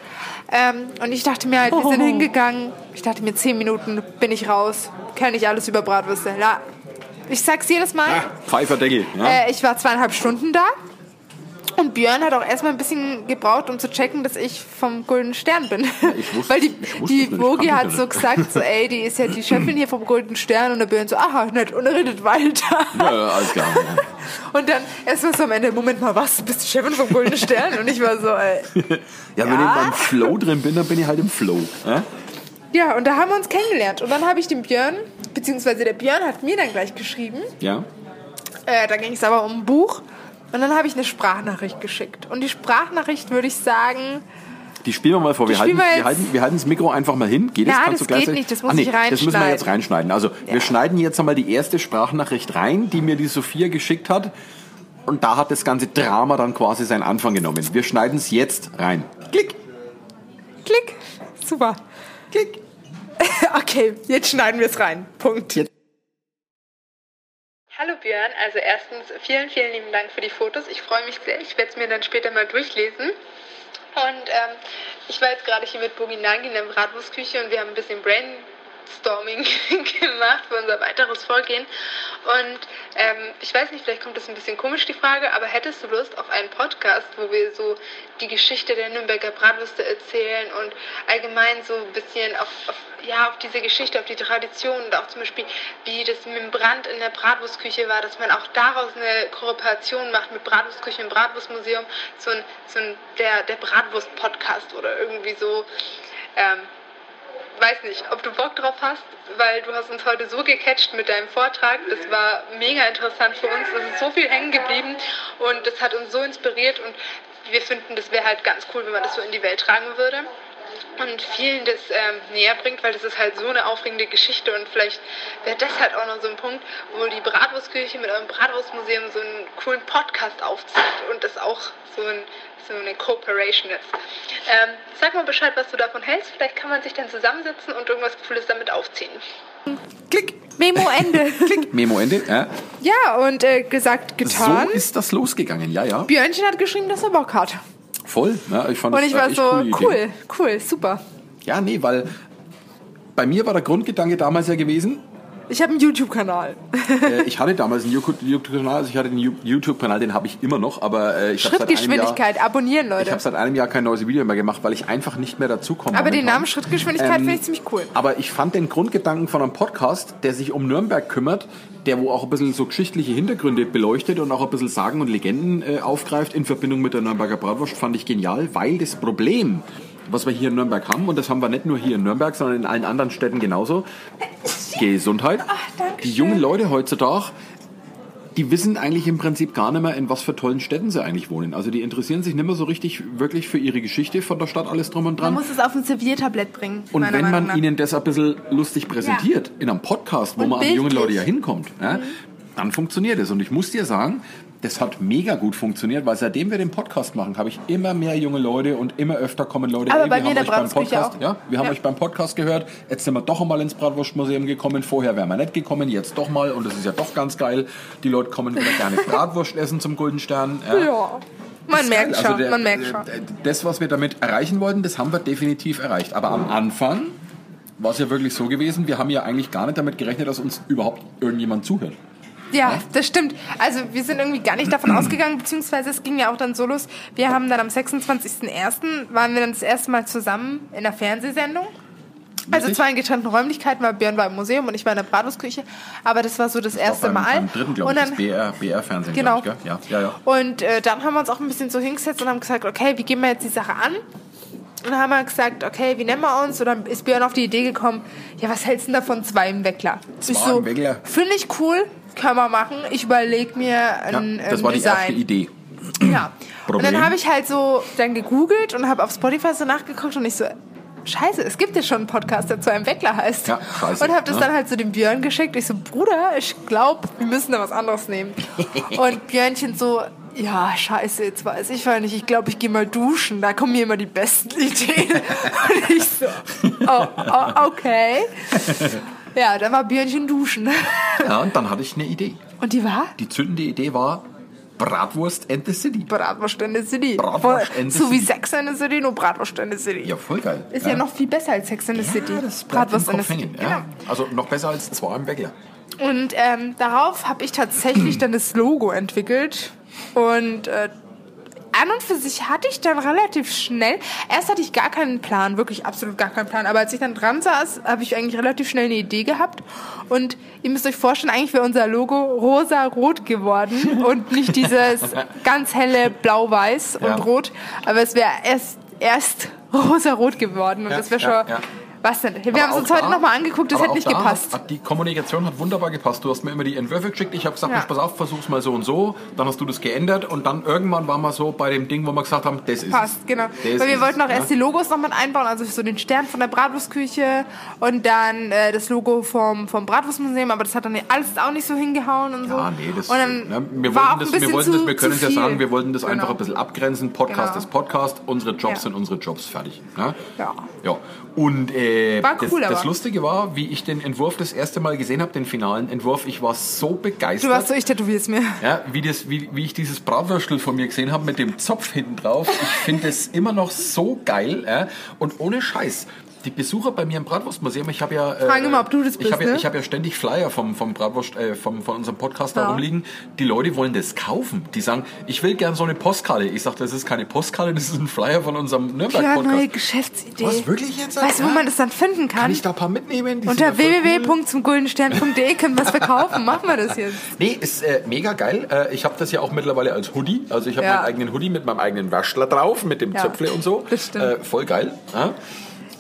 D: Ähm, und ich dachte mir halt, wir
E: Oh.
D: sind hingegangen. Ich dachte mir, zehn Minuten bin ich raus, kenne ich alles über Bratwürste. Ja, ich sag's jedes Mal.
E: Ah, Pfeiferdeckel. Ja?
D: Äh, ich war zweieinhalb Stunden da. Und Björn hat auch erstmal ein bisschen gebraucht, um zu checken, dass ich vom Golden Stern bin.
E: ich wusste-
D: Weil die,
E: ich wusste
D: die
E: es nicht,
D: Bogi
E: kannte ich
D: hat
E: nicht.
D: so gesagt, so, ey, die ist ja die Chefin hier vom Golden Stern. Und der Björn so, aha, nett, und er redet weiter.
E: Ja, Äh, alles klar. Ja.
D: Und dann erstmal so am Ende, Moment mal, was? Bist du Chefin vom Goldenen Stern? Und ich war so, äh, ey.
E: ja, wenn
D: Ja?
E: ich beim Flow drin bin, dann bin ich halt im Flow. Ja?
D: Ja, und da haben wir uns kennengelernt. Und dann habe ich den Björn, beziehungsweise der Björn hat mir dann gleich geschrieben.
E: ja?
D: Äh, da ging es aber um ein Buch. Und dann habe ich eine Sprachnachricht geschickt. Und die Sprachnachricht würde ich sagen,
E: Die spielen wir mal vor. Wir
D: Die spielen
E: halten, wir,
D: wir jetzt-
E: halten, wir halten das Mikro einfach mal hin. Geht
D: Na,
E: Kannst
D: das
E: du gleichzeitig-
D: geht nicht, das muss ich
E: Ah, Das müssen wir
D: reinschneiden.
E: jetzt reinschneiden. Also
D: Ja.
E: wir schneiden jetzt einmal die erste Sprachnachricht rein, die mir die Sophia geschickt hat. Und da hat das ganze Drama dann quasi seinen Anfang genommen. Wir schneiden es jetzt rein. Klick.
D: klick, super. Klick. okay, jetzt schneiden wir es rein. Punkt.
E: Jetzt.
D: Hallo Björn, also erstens vielen, vielen lieben Dank für die Fotos. Ich freue mich sehr. Ich werde es mir dann später mal durchlesen. Und ähm, ich war jetzt gerade hier mit Boginangi in der Bratwurstküche und wir haben ein bisschen Brainstorming gemacht für unser weiteres Vorgehen. Und ähm, ich weiß nicht, vielleicht kommt das ein bisschen komisch, die Frage, aber hättest du Lust auf einen Podcast, wo wir so die Geschichte der Nürnberger Bratwürste erzählen und allgemein so ein bisschen auf, auf, ja, auf diese Geschichte, auf die Tradition und auch zum Beispiel, wie das mit dem Brand in der Bratwurstküche war, dass man auch daraus eine Kooperation macht mit Bratwurstküche und Bratwurstmuseum, so ein, so ein der, der Bratwurst-Podcast oder irgendwie so. Ähm, weiß nicht, ob du Bock drauf hast, weil du hast uns heute so gecatcht mit deinem Vortrag. Das war mega interessant für uns. Es ist so viel hängen geblieben und das hat uns so inspiriert und wir finden, das wäre halt ganz cool, wenn man das so in die Welt tragen würde und vielen das ähm, näher bringt, weil das ist halt so eine aufregende Geschichte und vielleicht wäre das halt auch noch so ein Punkt, wo die Bratwurstkirche mit eurem Bratwurstmuseum so einen coolen Podcast aufzieht und das auch so, ein, so eine Cooperation ist. Ähm, sag mal Bescheid, was du davon hältst. Vielleicht kann man sich dann zusammensetzen und irgendwas Cooles damit aufziehen.
E: Klick.
D: Memo Ende.
E: Memo Ende. Ja.
D: ja, und äh, gesagt,
E: So ist das losgegangen. Ja, ja.
D: Björnchen hat geschrieben, dass er Bock hat.
E: Voll. Ja, ich fand das eine echt coole Idee.
D: cool, super.
E: Ja, nee, weil bei mir war der Grundgedanke damals ja gewesen,
D: Ich habe einen YouTube-Kanal.
B: Äh, ich hatte damals einen Ju- YouTube-Kanal, also ich hatte einen Ju- YouTube-Kanal, den habe ich immer noch, aber äh, ich habe seit einem Jahr,
D: Schrittgeschwindigkeit, abonnieren,
B: ich
D: Leute.
B: habe seit einem Jahr kein neues Video mehr gemacht, weil ich einfach nicht mehr dazukomme.
D: Aber den
B: momentan.
D: Namen
B: Ähm,
D: Schrittgeschwindigkeit finde ich ziemlich cool.
B: Aber ich fand den Grundgedanken von einem Podcast, der sich um Nürnberg kümmert, der wo auch ein bisschen so geschichtliche Hintergründe beleuchtet und auch ein bisschen Sagen und Legenden äh, aufgreift in Verbindung mit der Nürnberger Bratwurst, fand ich genial, weil das Problem, was wir hier in Nürnberg haben, und das haben wir nicht nur hier in Nürnberg, sondern in allen anderen Städten genauso, Gesundheit.
D: danke
B: die jungen Leute heutzutage, die wissen eigentlich im Prinzip gar nicht mehr, in was für tollen Städten sie eigentlich wohnen. Also die interessieren sich nicht mehr so richtig wirklich für ihre Geschichte von der Stadt, alles drum und dran.
D: Man muss es auf ein Serviertablett bringen.
B: Und
D: meiner
B: wenn
D: Meinung
B: man
D: nach.
B: ihnen das ein bisschen lustig präsentiert, in einem Podcast, wo
D: Und
B: man an die jungen
D: bildlich. Mhm.
B: Leute ja hinkommt, ja, dann funktioniert es. Und ich muss dir sagen, das hat mega gut funktioniert, weil seitdem wir den Podcast machen, habe ich immer mehr junge Leute und immer öfter kommen Leute.
D: Aber
B: "Ey,
D: bei
B: wir
D: mir,
B: haben
D: da
B: euch beim
D: braucht's mich ja
B: Podcast,
D: auch.
B: ja, wir haben
D: Ja.
B: euch beim Podcast gehört. Jetzt sind wir doch mal ins Bratwurstmuseum gekommen. Vorher wären wir nicht gekommen, jetzt doch mal. Und das ist ja doch ganz geil. Die Leute kommen wieder gerne Bratwurst essen zum Golden Stern. ja.
D: Ja. Man merkt
B: Also
D: schon,
B: der-
D: man merkt
B: äh,
D: schon.
B: Das, was wir damit erreichen wollten, das haben wir definitiv erreicht. Aber am Anfang war es ja wirklich so gewesen, wir haben ja eigentlich gar nicht damit gerechnet, dass uns überhaupt irgendjemand zuhört.
D: Ja, das stimmt. Also wir sind irgendwie gar nicht davon ausgegangen, beziehungsweise es ging ja auch dann so los. Wir haben dann am 26.01. waren wir dann das erste Mal zusammen in einer Fernsehsendung. Also
B: Richtig?
D: zwar in getrennten Räumlichkeiten, weil Björn war im Museum und ich war in der Bratwurstküche, aber das war so das erste
B: beim,
D: Mal.
B: Beim dritten, glaube
D: und
B: ich,
D: dann,
B: das BR, BR-Fernsehen,
D: Genau.
B: glaub ich, gell? Ja, ja, ja.
D: Und äh, dann haben wir uns auch ein bisschen so hingesetzt und haben gesagt, okay, wie gehen wir jetzt die Sache an? Und dann haben wir gesagt, okay, wie nennen wir uns? Und dann ist Björn auf die Idee gekommen, ja, was hältst du denn davon? Zwei im Weckler.
B: Zwei
D: Ich so,
B: im Weckler.
D: Finde ich cool, können wir machen. Ich überlege mir
B: Ja,
D: ein
B: das
D: ein
B: war die erste
D: ähm, Design.
B: Idee.
D: Ja. Und
B: Problem.
D: dann habe ich halt so dann gegoogelt und habe auf Spotify so nachgeguckt und ich so, scheiße, es gibt ja schon einen Podcast, der zu einem Weckler heißt.
B: Ja, scheiße,
D: und habe das
B: ne?
D: dann halt so dem Björn geschickt. Ich so, Bruder, ich glaube, wir müssen da was anderes nehmen. und Björnchen so, ja, scheiße, jetzt weiß ich gar nicht. Ich glaube, ich gehe mal duschen. Da kommen mir immer die besten Ideen. und ich so, oh, oh, okay. Ja, dann war Björnchen duschen.
B: Ja, und dann hatte ich eine Idee.
D: Und die war?
B: Die zündende Idee war Bratwurst and the City.
D: Bratwurst in the City.
B: Bratwurst
D: Voll-
B: in the
D: so wie
B: City.
D: Sex in the City, nur Bratwurst in the City.
B: Ja, voll geil.
D: Ist ja. noch viel besser als Sex in the City.
B: Ja, das bleibt im Kopf hängen.
D: Genau.
B: Ja. Also noch besser als zwei im Weckler.
D: Und ähm, darauf habe ich tatsächlich dann das Logo entwickelt. Und äh, an und für sich hatte ich dann relativ schnell, erst hatte ich gar keinen Plan, wirklich absolut gar keinen Plan, aber als ich dann dran saß, habe ich eigentlich relativ schnell eine Idee gehabt. Und ihr müsst euch vorstellen, eigentlich wäre unser Logo rosa-rot geworden und nicht dieses ganz helle blau-weiß und
B: Ja.
D: rot, aber es wäre erst, erst rosa-rot geworden und
B: Ja,
D: das wäre schon...
B: ja, ja.
D: Was denn? Wir
B: Aber
D: haben es
B: auch
D: uns heute
B: da-
D: nochmal angeguckt, das
B: aber
D: hätte
B: auch
D: nicht
B: da
D: gepasst.
B: Hat, hat die Kommunikation hat wunderbar gepasst. Du hast mir immer die Entwürfe geschickt. Ich habe gesagt,
D: Ja.
B: Mensch, pass auf, versuch's mal so und so. Dann hast du das geändert und dann irgendwann waren wir so bei dem Ding, wo wir gesagt haben, das ist es.
D: Passt, genau.
B: Das
D: Weil
B: ist
D: wir
B: es,
D: wollten auch
B: ne?
D: erst die Logos noch mit einbauen, also so den Stern von der Bratwurstküche und dann äh, das Logo vom, vom Bratwurstmuseum, aber das hat dann alles auch nicht so hingehauen und so.
B: Ja, nee, das,
D: und dann
B: ne, wir
D: war
B: wollten
D: auch ein
B: das,
D: bisschen
B: wir wollten
D: zu,
B: das, wir können es
D: zu
B: ja
D: viel.
B: sagen, wir wollten das
D: Genau.
B: einfach ein bisschen abgrenzen. Podcast
D: Genau.
B: ist Podcast, unsere Jobs
D: Ja.
B: sind unsere Jobs, fertig. Ne?
D: Ja.
B: ja. Und äh,
D: War
B: das,
D: cool,
B: das
D: aber.
B: Lustige war, wie ich den Entwurf das erste Mal gesehen habe, den finalen Entwurf, ich war so begeistert.
D: Du warst so, ich tätowiere es mir.
B: Ja, wie, das, wie, wie ich dieses Bratwürstel von mir gesehen habe mit dem Zopf hinten drauf. Ich finde es immer noch so geil. Ja? Und ohne Scheiß. Die Besucher bei mir im Bratwurstmuseum, ich habe ja. Äh,
D: Frag ihn mal, ob du das
B: Ich
D: bist,
B: habe ja,
D: ne?
B: ich habe ja ständig Flyer vom, vom Bratwurst, äh, vom, von unserem Podcast da
D: Ja.
B: rumliegen. Die Leute wollen das kaufen. Die sagen, ich will gern so eine Postkarte. Ich sage, das ist keine Postkarte, das ist ein Flyer von unserem
D: Ja, neue
B: Nürnberg-Podcast.
D: Geschäftsidee.
B: Was, wirklich jetzt?
D: Weißt du, wo
B: Ja?
D: man das dann finden kann?
B: Kann ich da ein paar mitnehmen? Die sind ja
D: Unter
B: voll cool.
D: www.zumguldenstern.de können wir es verkaufen. Machen wir das jetzt.
B: Nee, ist äh, mega geil. Äh, ich habe das ja auch mittlerweile als Hoodie. Also ich habe
D: Ja.
B: meinen eigenen Hoodie mit meinem eigenen Waschler drauf, mit dem
D: Ja,
B: Zöpfle und so.
D: das stimmt.
B: Äh, voll geil. Ja.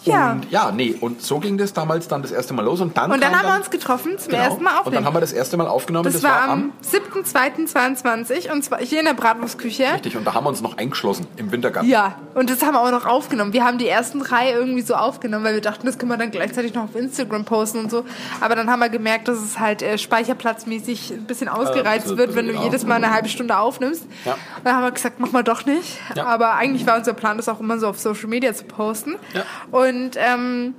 D: Ja.
B: Und ja, nee, und so ging das damals dann das erste Mal los. Und dann,
D: Und dann
B: kam
D: haben wir uns getroffen zum
B: genau,
D: ersten Mal
B: Und dann
D: aufnehmen.
B: haben wir das erste Mal aufgenommen.
D: Das, war am 7.2.22 und zwar hier in der Bratwurstküche.
B: Richtig, und da haben wir uns noch eingeschlossen im Wintergarten.
D: Ja, und das haben wir auch noch aufgenommen. Wir haben die ersten drei irgendwie so aufgenommen, weil wir dachten, das können wir dann gleichzeitig noch auf Instagram posten und so. Aber dann haben wir gemerkt, dass es halt äh, speicherplatzmäßig ein bisschen ausgereizt
B: bisschen-
D: wird, wenn du
B: genau.
D: jedes Mal eine halbe Stunde aufnimmst.
B: Ja.
D: Und dann haben wir gesagt, mach mal doch nicht.
B: Ja.
D: Aber eigentlich war unser Plan, das auch immer so auf Social Media zu posten.
B: Ja.
D: Und ähm,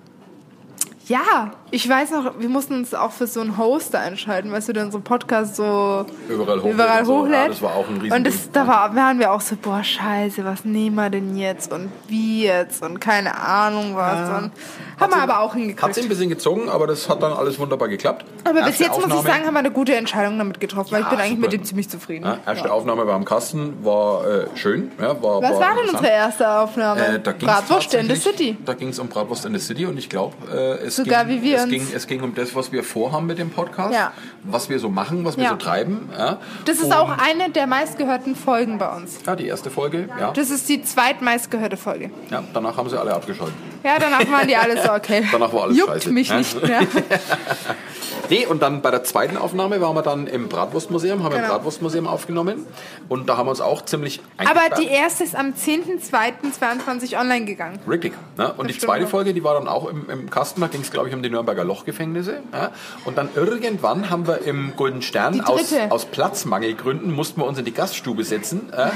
D: Ja, ich weiß noch, wir mussten uns auch für so einen Hoster entscheiden, weißt du, der unseren Podcast so
B: Überall hochlädt
D: überall
B: und so.
D: hochlädt.
B: Ja, das war auch ein Riesending.
D: Und das, da war, waren wir auch so, boah, scheiße, was nehmen wir denn jetzt und wie jetzt und keine Ahnung was. Und haben wir aber auch
B: Hat sie ein
D: hingekriegt.
B: bisschen gezogen, aber das hat dann alles wunderbar geklappt.
D: Aber bis
B: Erste
D: jetzt muss ich
B: Aufnahme-
D: sagen, haben wir eine gute Entscheidung damit getroffen, weil ich
B: Ja,
D: bin eigentlich
B: super.
D: mit dem ziemlich zufrieden.
B: Ja, erste
D: Ja.
B: Aufnahme war am Kasten, war äh, schön. Ja, war,
D: Was war denn
B: interessant.
D: unsere erste Aufnahme?
B: Äh, da ging's
D: Bratwurst in the
B: tatsächlich-
D: City.
B: Da ging es um Bratwurst in the City und ich glaube, äh, es,
D: Sogar
B: ging,
D: wie wir
B: es,
D: uns-
B: ging, es ging um das, was wir vorhaben mit dem Podcast,
D: Ja.
B: was wir so machen, was wir
D: Ja.
B: so treiben. Ja.
D: Das ist
B: und,
D: auch eine der meistgehörten Folgen bei uns.
B: Ja, die erste Folge, ja.
D: Das ist die zweitmeistgehörte Folge.
B: ja. Danach haben sie alle abgeschaltet.
D: Ja, danach waren die alle so, okay.
B: Danach war alles
D: Juckt
B: scheiße.
D: mich
B: Ja.
D: nicht mehr.
B: Nee, und dann bei der zweiten Aufnahme waren wir dann im Bratwurstmuseum, haben im
D: Genau.
B: Bratwurstmuseum aufgenommen und da haben wir uns auch ziemlich
D: Aber
B: eingesperrt.
D: die erste ist am 10.02.22 online gegangen.
B: Richtig. Ne? Und die
D: stimmt
B: zweite
D: auch.
B: Folge, die war dann auch im, im Kasten, da ging es, glaube ich, um die Nürnberger Lochgefängnisse. Ja? Und dann irgendwann haben wir im Golden Stern
D: Die
B: aus,
D: dritte.
B: aus Platzmangelgründen mussten wir uns in die Gaststube setzen. Ja?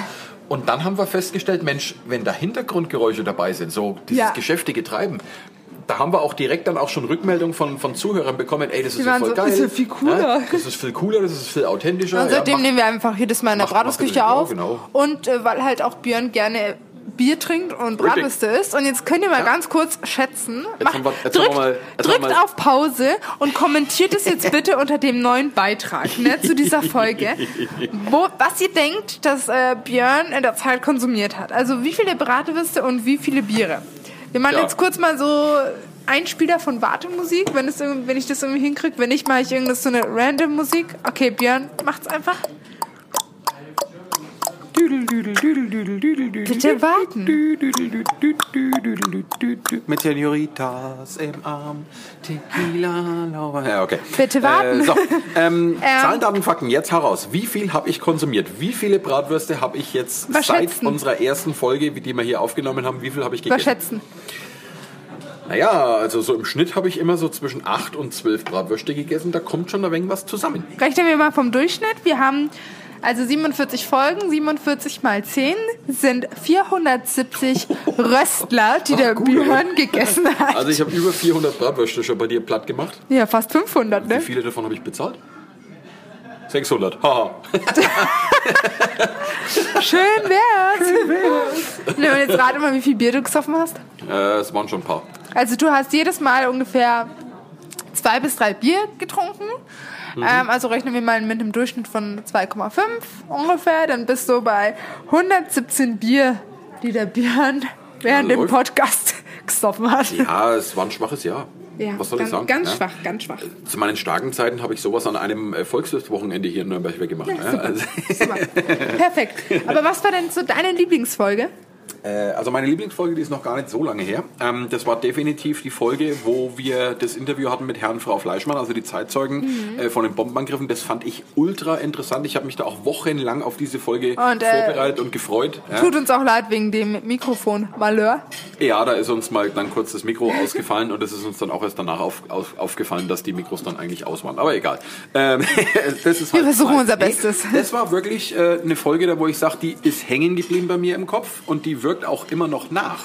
B: Und dann haben wir festgestellt, Mensch, wenn da Hintergrundgeräusche dabei sind, so dieses
D: Ja.
B: geschäftige Treiben, da haben wir auch direkt dann auch schon Rückmeldungen von, von Zuhörern bekommen, ey, das ist ja
D: waren
B: voll
D: so,
B: geil.
D: ist ja viel cooler.
B: Ja? Das ist viel cooler, das ist viel authentischer.
D: Und seitdem
B: ja,
D: nehmen wir einfach jedes Mal in der
B: macht- macht
D: Bratwurstküche
B: bitte- ja,
D: auf.
B: genau.
D: Und äh, weil halt auch Björn gerne Bier trinkt und
B: Richtig.
D: Bratwürste isst. Und jetzt könnt ihr mal
B: Ja.
D: ganz kurz schätzen. Macht-
B: haben wir- jetzt
D: drückt
B: haben wir mal- jetzt haben wir
D: drückt
B: mal-
D: auf Pause und kommentiert es jetzt bitte unter dem neuen Beitrag ne, zu dieser Folge, wo, was ihr denkt, dass äh, Björn in der Zeit konsumiert hat. Also wie viele Bratwürste und wie viele Biere. Wir machen
B: Ja.
D: jetzt kurz mal so Einspieler von Wartemusik, wenn, es, irgendwie- wenn ich das irgendwie hinkriege. Wenn nicht, mache ich irgendeine so eine random Musik. Okay, Björn, macht's einfach. Bitte warten.
B: Mit Senoritas im Arm, Tequila, Laura. Ja, okay.
D: Bitte warten.
B: Äh, so, ähm, Zahlen, Daten, Fakten, jetzt heraus. Wie viel habe ich konsumiert? Wie viele Bratwürste habe ich jetzt
D: Was
B: seit
D: schätzen?
B: unserer ersten Folge, wie die wir hier aufgenommen haben, wie viel habe ich gegessen?
D: Überschätzen.
B: Naja, also so im Schnitt habe ich immer so zwischen 8 und 12 Bratwürste gegessen. Da kommt schon ein wenig was zusammen.
D: Rechnen wir mal vom Durchschnitt. Wir haben also 47 Folgen, 47 mal 10 sind 470 Röstler, die der
B: gut,
D: Björn gegessen hat.
B: Also ich habe über 400 Bratwürste schon bei dir platt gemacht.
D: ja, fast 500,
B: Wie
D: ne?
B: viele davon habe ich bezahlt? 600. Haha.
D: Schön wär's. ne, und jetzt rate mal, wie viel Bier du gesoffen hast.
B: äh, es waren schon ein paar.
D: Also du hast jedes Mal ungefähr zwei bis drei Bier getrunken.
B: Mhm.
D: Ähm, also rechnen wir mal mit einem Durchschnitt von 2,5 ungefähr. Dann bist du bei 117 Bier, die der Björn während dem
B: läuft.
D: Podcast gesoffen hat.
B: Ja, es war ein schwaches Jahr.
D: Ja,
B: Was soll
D: ganz,
B: ich sagen?
D: Ganz
B: ja?
D: schwach, ganz schwach.
B: Zu meinen starken Zeiten habe ich sowas an einem äh, Volksfestwochenende hier in Nürnberg weggemacht. Ja, also,
D: Super. Perfekt. Aber was war denn so deine Lieblingsfolge?
B: äh, also meine Lieblingsfolge, die ist noch gar nicht so lange her. Ähm, das war definitiv die Folge, wo wir das Interview hatten mit Herrn und Frau Fleischmann, also die
D: Mhm.
B: Zeitzeugen äh, von den Bombenangriffen. Das fand ich ultra interessant. Ich habe mich da auch wochenlang auf diese Folge
D: Und, äh,
B: vorbereitet und gefreut. Ja.
D: Tut uns auch leid wegen dem Mikrofon-Malheur.
B: Ja, da ist uns mal dann kurz das Mikro ausgefallen und es ist uns dann auch erst danach auf, auf, aufgefallen, dass die Mikros dann eigentlich aus waren. Aber egal. Ähm, das ist halt
D: Wir versuchen
B: mein-
D: unser Bestes.
B: Das war wirklich äh, eine Folge, da wo ich sage, die ist hängen geblieben bei mir im Kopf und die wirkt auch immer noch nach.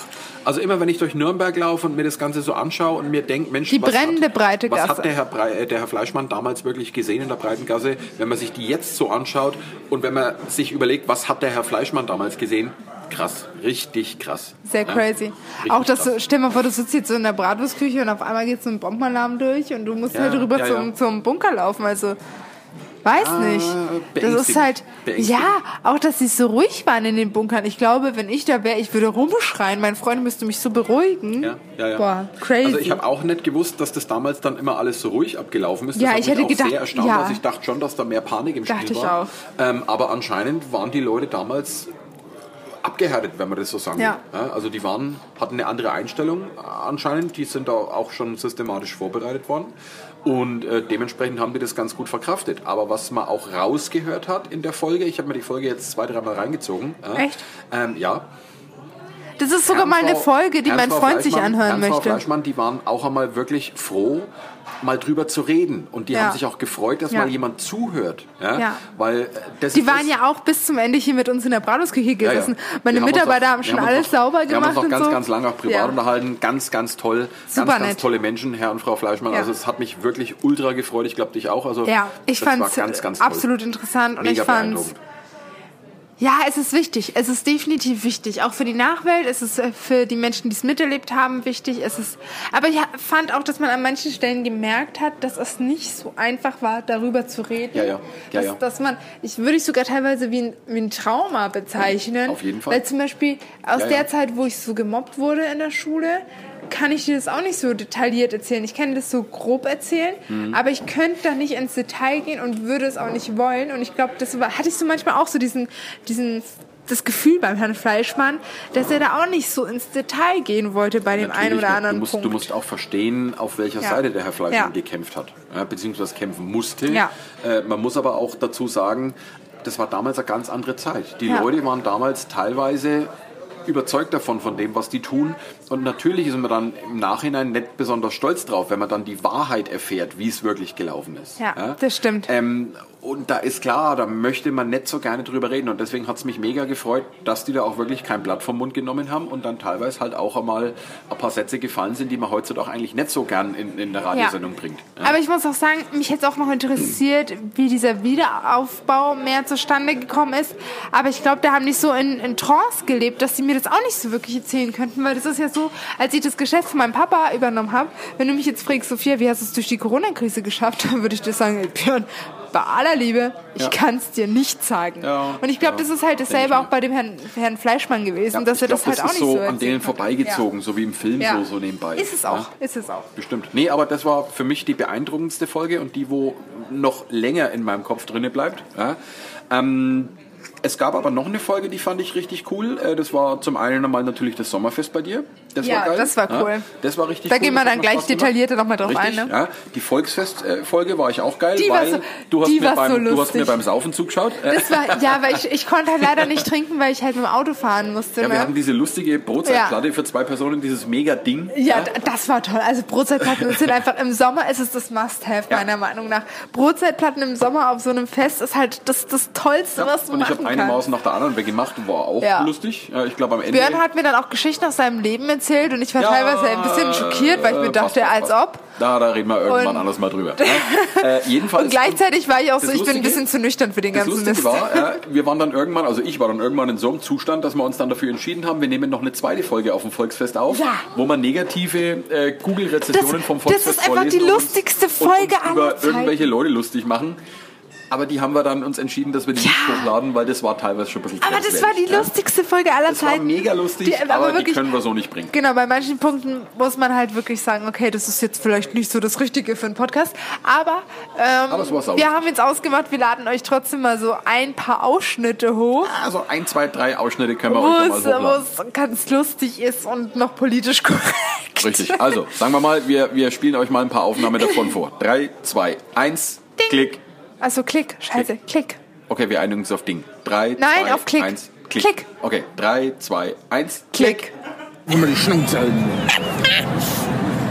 B: Also immer, wenn ich durch Nürnberg laufe und mir das Ganze so anschaue und mir denke, Mensch,
D: Die brennende
B: hat,
D: breite
B: was
D: Gasse.
B: hat der Herr, Brei, äh, der Herr Fleischmann damals wirklich gesehen in der breiten Gasse, wenn man sich die jetzt so anschaut und wenn man sich überlegt, was hat der Herr Fleischmann damals gesehen? Krass, richtig krass.
D: Sehr
B: Ja.
D: crazy.
B: Richtig
D: auch das,
B: krass.
D: so- stell mal vor, du sitzt jetzt so in der Bratwurstküche und auf einmal geht so ein Bombenalarm durch und du musst
B: Ja,
D: halt rüber
B: ja,
D: zum,
B: ja.
D: zum Bunker laufen. Also, weiß nicht. Das ist
B: beängstigend.
D: halt,
B: Beängstigend.
D: ja, auch dass sie so ruhig waren in den Bunkern. Ich glaube, wenn ich da wäre, ich würde rumschreien. Mein Freund müsste mich so beruhigen.
B: Ja, ja, ja.
D: Boah, crazy.
B: Also ich habe auch nicht gewusst, dass das damals dann immer alles so ruhig abgelaufen ist. Das
D: Ja,
B: hat
D: ich
B: mich
D: hätte
B: auch
D: gedacht-
B: sehr erstaunt.
D: ja.
B: Also ich dachte schon, dass da mehr Panik im
D: Dachte
B: Spiel
D: ich
B: war.
D: auch.
B: Ähm, aber anscheinend waren die Leute damals abgehärtet, wenn man das so sagen
D: Ja.
B: will. Ja, also die waren, hatten eine andere Einstellung äh, anscheinend. Die sind da auch schon systematisch vorbereitet worden. Und äh, dementsprechend haben die das ganz gut verkraftet. Aber was man auch rausgehört hat in der Folge, ich habe mir die Folge jetzt zwei, dreimal reingezogen. ja,
D: Echt?
B: Ähm, ja,
D: Das ist sogar mal eine
B: Ernstfrau-
D: Folge, die mein
B: Ernstfrau
D: Freund sich
B: Fleischmann-
D: anhören
B: Ernstfrau
D: möchte.
B: Fleischmann, die waren auch einmal wirklich froh, mal drüber zu reden. Und die
D: Ja.
B: haben sich auch gefreut, dass
D: Ja.
B: mal jemand zuhört. Ja?
D: Ja.
B: Weil äh, das
D: Die
B: ist
D: waren
B: das,
D: ja auch bis zum Ende hier mit uns in der Bratusküche
B: Ja, ja.
D: gesessen. Meine
B: Wir haben uns
D: Mitarbeiter
B: noch-
D: haben
B: wir
D: schon
B: uns
D: alles
B: noch-
D: sauber
B: Wir haben
D: gemacht
B: uns noch
D: und
B: ganz,
D: so.
B: ganz lange auch privat
D: Ja.
B: unterhalten. Ganz, ganz toll.
D: Super
B: ganz,
D: nett.
B: ganz tolle Menschen, Herr und Frau Fleischmann.
D: Ja.
B: Also es hat mich wirklich ultra gefreut. Ich glaube, dich auch. Also
D: Ja, ich
B: das war
D: fand's
B: ganz, ganz toll.
D: absolut interessant und
B: Mega
D: ich fand's
B: beeindruckend.
D: ja, es ist wichtig. Es ist definitiv wichtig. Auch für die Nachwelt, es ist äh, für die Menschen, die es miterlebt haben, wichtig. Es ist, aber ich ha- fand auch, dass man an manchen Stellen gemerkt hat, dass es nicht so einfach war, darüber zu reden.
B: Ja, ja. Ja,
D: dass,
B: ja.
D: dass man, ich würde ich sogar teilweise wie ein, wie ein Trauma bezeichnen.
B: Auf jeden Fall.
D: Weil zum Beispiel aus
B: Ja, ja.
D: der Zeit, wo ich so gemobbt wurde in der Schule, kann ich dir das auch nicht so detailliert erzählen. Ich kann dir das so grob erzählen,
B: Mhm.
D: aber ich könnte da nicht ins Detail gehen und würde es auch nicht wollen. Und ich glaube, das war, hatte ich so manchmal auch so diesen, diesen, das Gefühl beim Herrn Fleischmann, dass er da auch nicht so ins Detail gehen wollte bei dem einen
B: Natürlich,
D: oder
B: ne?
D: anderen
B: du musst,
D: Punkt.
B: Du musst auch verstehen, auf welcher
D: Ja.
B: Seite der Herr Fleischmann
D: Ja.
B: gekämpft hat, ja, beziehungsweise kämpfen musste.
D: Ja.
B: Äh, man muss aber auch dazu sagen, das war damals eine ganz andere Zeit. Die
D: Ja.
B: Leute waren damals teilweise überzeugt davon, von dem, was die tun. Und natürlich ist man dann im Nachhinein nicht besonders stolz drauf, wenn man dann die Wahrheit erfährt, wie es wirklich gelaufen ist.
D: Ja, das stimmt.
B: Ähm, und da ist klar, da möchte man nicht so gerne drüber reden. Und deswegen hat es mich mega gefreut, dass die da auch wirklich kein Blatt vom Mund genommen haben und dann teilweise halt auch einmal ein paar Sätze gefallen sind, die man heutzutage eigentlich nicht so gern in, in der Radiosendung bringt. Ja.
D: Aber ich muss auch sagen, mich hätte es auch noch interessiert, wie dieser Wiederaufbau mehr zustande gekommen ist. Aber ich glaube, da haben die so in, in Trance gelebt, dass sie mir das auch nicht so wirklich erzählen könnten. Weil das ist ja so, als ich das Geschäft von meinem Papa übernommen habe, wenn du mich jetzt fragst, Sophia, wie hast du es durch die Corona-Krise geschafft, dann würde ich dir sagen, ey, Björn, bei aller Liebe, ich
B: Ja.
D: kann es dir nicht sagen.
B: Ja,
D: Und ich glaube,
B: ja,
D: das ist halt
B: denk
D: dasselbe
B: ich
D: auch
B: mir.
D: bei dem Herrn, Herrn Fleischmann gewesen,
B: Ja,
D: dass er
B: ich glaub,
D: das halt auch
B: ist so
D: nicht so
B: an denen
D: erzählen konnte.
B: vorbeigezogen, so wie im Film
D: Ja.
B: so, so nebenbei.
D: Ist es
B: Ja.
D: auch, ist es auch.
B: Bestimmt. Nee, aber das war für mich die beeindruckendste Folge und die, wo noch länger in meinem Kopf drinne bleibt. Ja. Ähm, es gab aber noch eine Folge, die fand ich richtig cool. Äh, Das war zum einen einmal natürlich das Sommerfest bei dir. Das
D: Ja,
B: war geil.
D: das war cool.
B: Ja, das war richtig
D: Da
B: cool.
D: gehen wir
B: das hat
D: dann
B: mir
D: gleich
B: Spaß gemacht.
D: detaillierter noch mal drauf
B: richtig,
D: ein, ne?
B: Ja. Die Volksfest-Folge war ich auch geil,
D: Die war
B: weil
D: so-
B: du, hast
D: die
B: mir
D: war
B: beim,
D: so
B: du hast mir
D: lustig.
B: beim Saufen zugeschaut. Äh,
D: Das war, ja, weil ich, ich konnte halt leider nicht trinken, weil ich halt mit dem Auto fahren musste.
B: ja, wir
D: ne?
B: hatten diese lustige Brotzeitplatte für zwei Personen, dieses mega Ding.
D: Ja, d- das war toll. Also Brotzeitplatten sind einfach im Sommer ist es das Must-Have
B: Ja.
D: meiner Meinung nach. Brotzeitplatten im Sommer auf so einem Fest ist halt das, das Tollste,
B: Ja,
D: was du
B: und ich
D: machen
B: habe eine
D: kannst.
B: Maus nach der anderen weggemacht, war auch
D: Ja. halt
B: lustig. Ja, Ich glaube am Ende.
D: Björn hat mir dann auch Geschichten aus seinem Leben erzählt und ich war
B: Ja,
D: teilweise ein bisschen schockiert, weil ich mir
B: äh,
D: dachte,
B: passt,
D: als
B: passt.
D: ob.
B: Da, da reden wir irgendwann
D: Und-
B: anders mal drüber. Ja. äh, jedenfalls.
D: Und gleichzeitig war ich auch so,
B: das
D: ich bin ein
B: Lustige-
D: bisschen zu nüchtern für den
B: Das
D: ganzen
B: Lustige
D: Mist.
B: war, äh, wir waren dann irgendwann, also ich war dann irgendwann in so einem Zustand, dass wir uns dann dafür entschieden haben, wir nehmen noch eine zweite Folge auf dem Volksfest auf,
D: Ja.
B: wo man negative äh, Google-Rezensionen
D: Das-
B: vom
D: das
B: Volksfest
D: ist einfach die
B: vorlesen und uns-
D: lustigste
B: und uns
D: Folge aller
B: über
D: Zeiten.
B: irgendwelche Leute lustig machen. Aber die haben wir dann uns entschieden, dass wir die nicht hochladen, weil das war teilweise schon ein bisschen
D: Aber das war die
B: grenzwertig, ja.
D: lustigste Folge aller
B: Das war
D: Zeiten.
B: mega lustig,
D: Die- aber
B: aber, die
D: wirklich-
B: können wir so nicht bringen.
D: Genau, bei manchen Punkten muss man halt wirklich sagen, okay, das ist jetzt vielleicht nicht so das Richtige für einen Podcast, aber, ähm,
B: Aber es war sauber.
D: wir haben jetzt ausgemacht, wir laden euch trotzdem mal so ein paar Ausschnitte hoch,
B: Also ein, zwei, drei Ausschnitte können wir
D: wo
B: euch
D: es,
B: noch mal
D: wo
B: hochladen.
D: es ganz lustig ist und noch politisch korrekt.
B: Richtig. Also, sagen wir mal, wir, wir spielen euch mal ein paar Aufnahmen davon vor. Drei, zwei, eins, Klick.
D: Also Klick, scheiße, Klick.
B: Okay, wir einigen uns auf Ding. Drei,
D: Nein,
B: zwei,
D: auf Klick.
B: eins, Klick.
D: Klick.
B: Okay, drei, zwei, eins,
D: Klick.
E: Immer die Schnauze halten.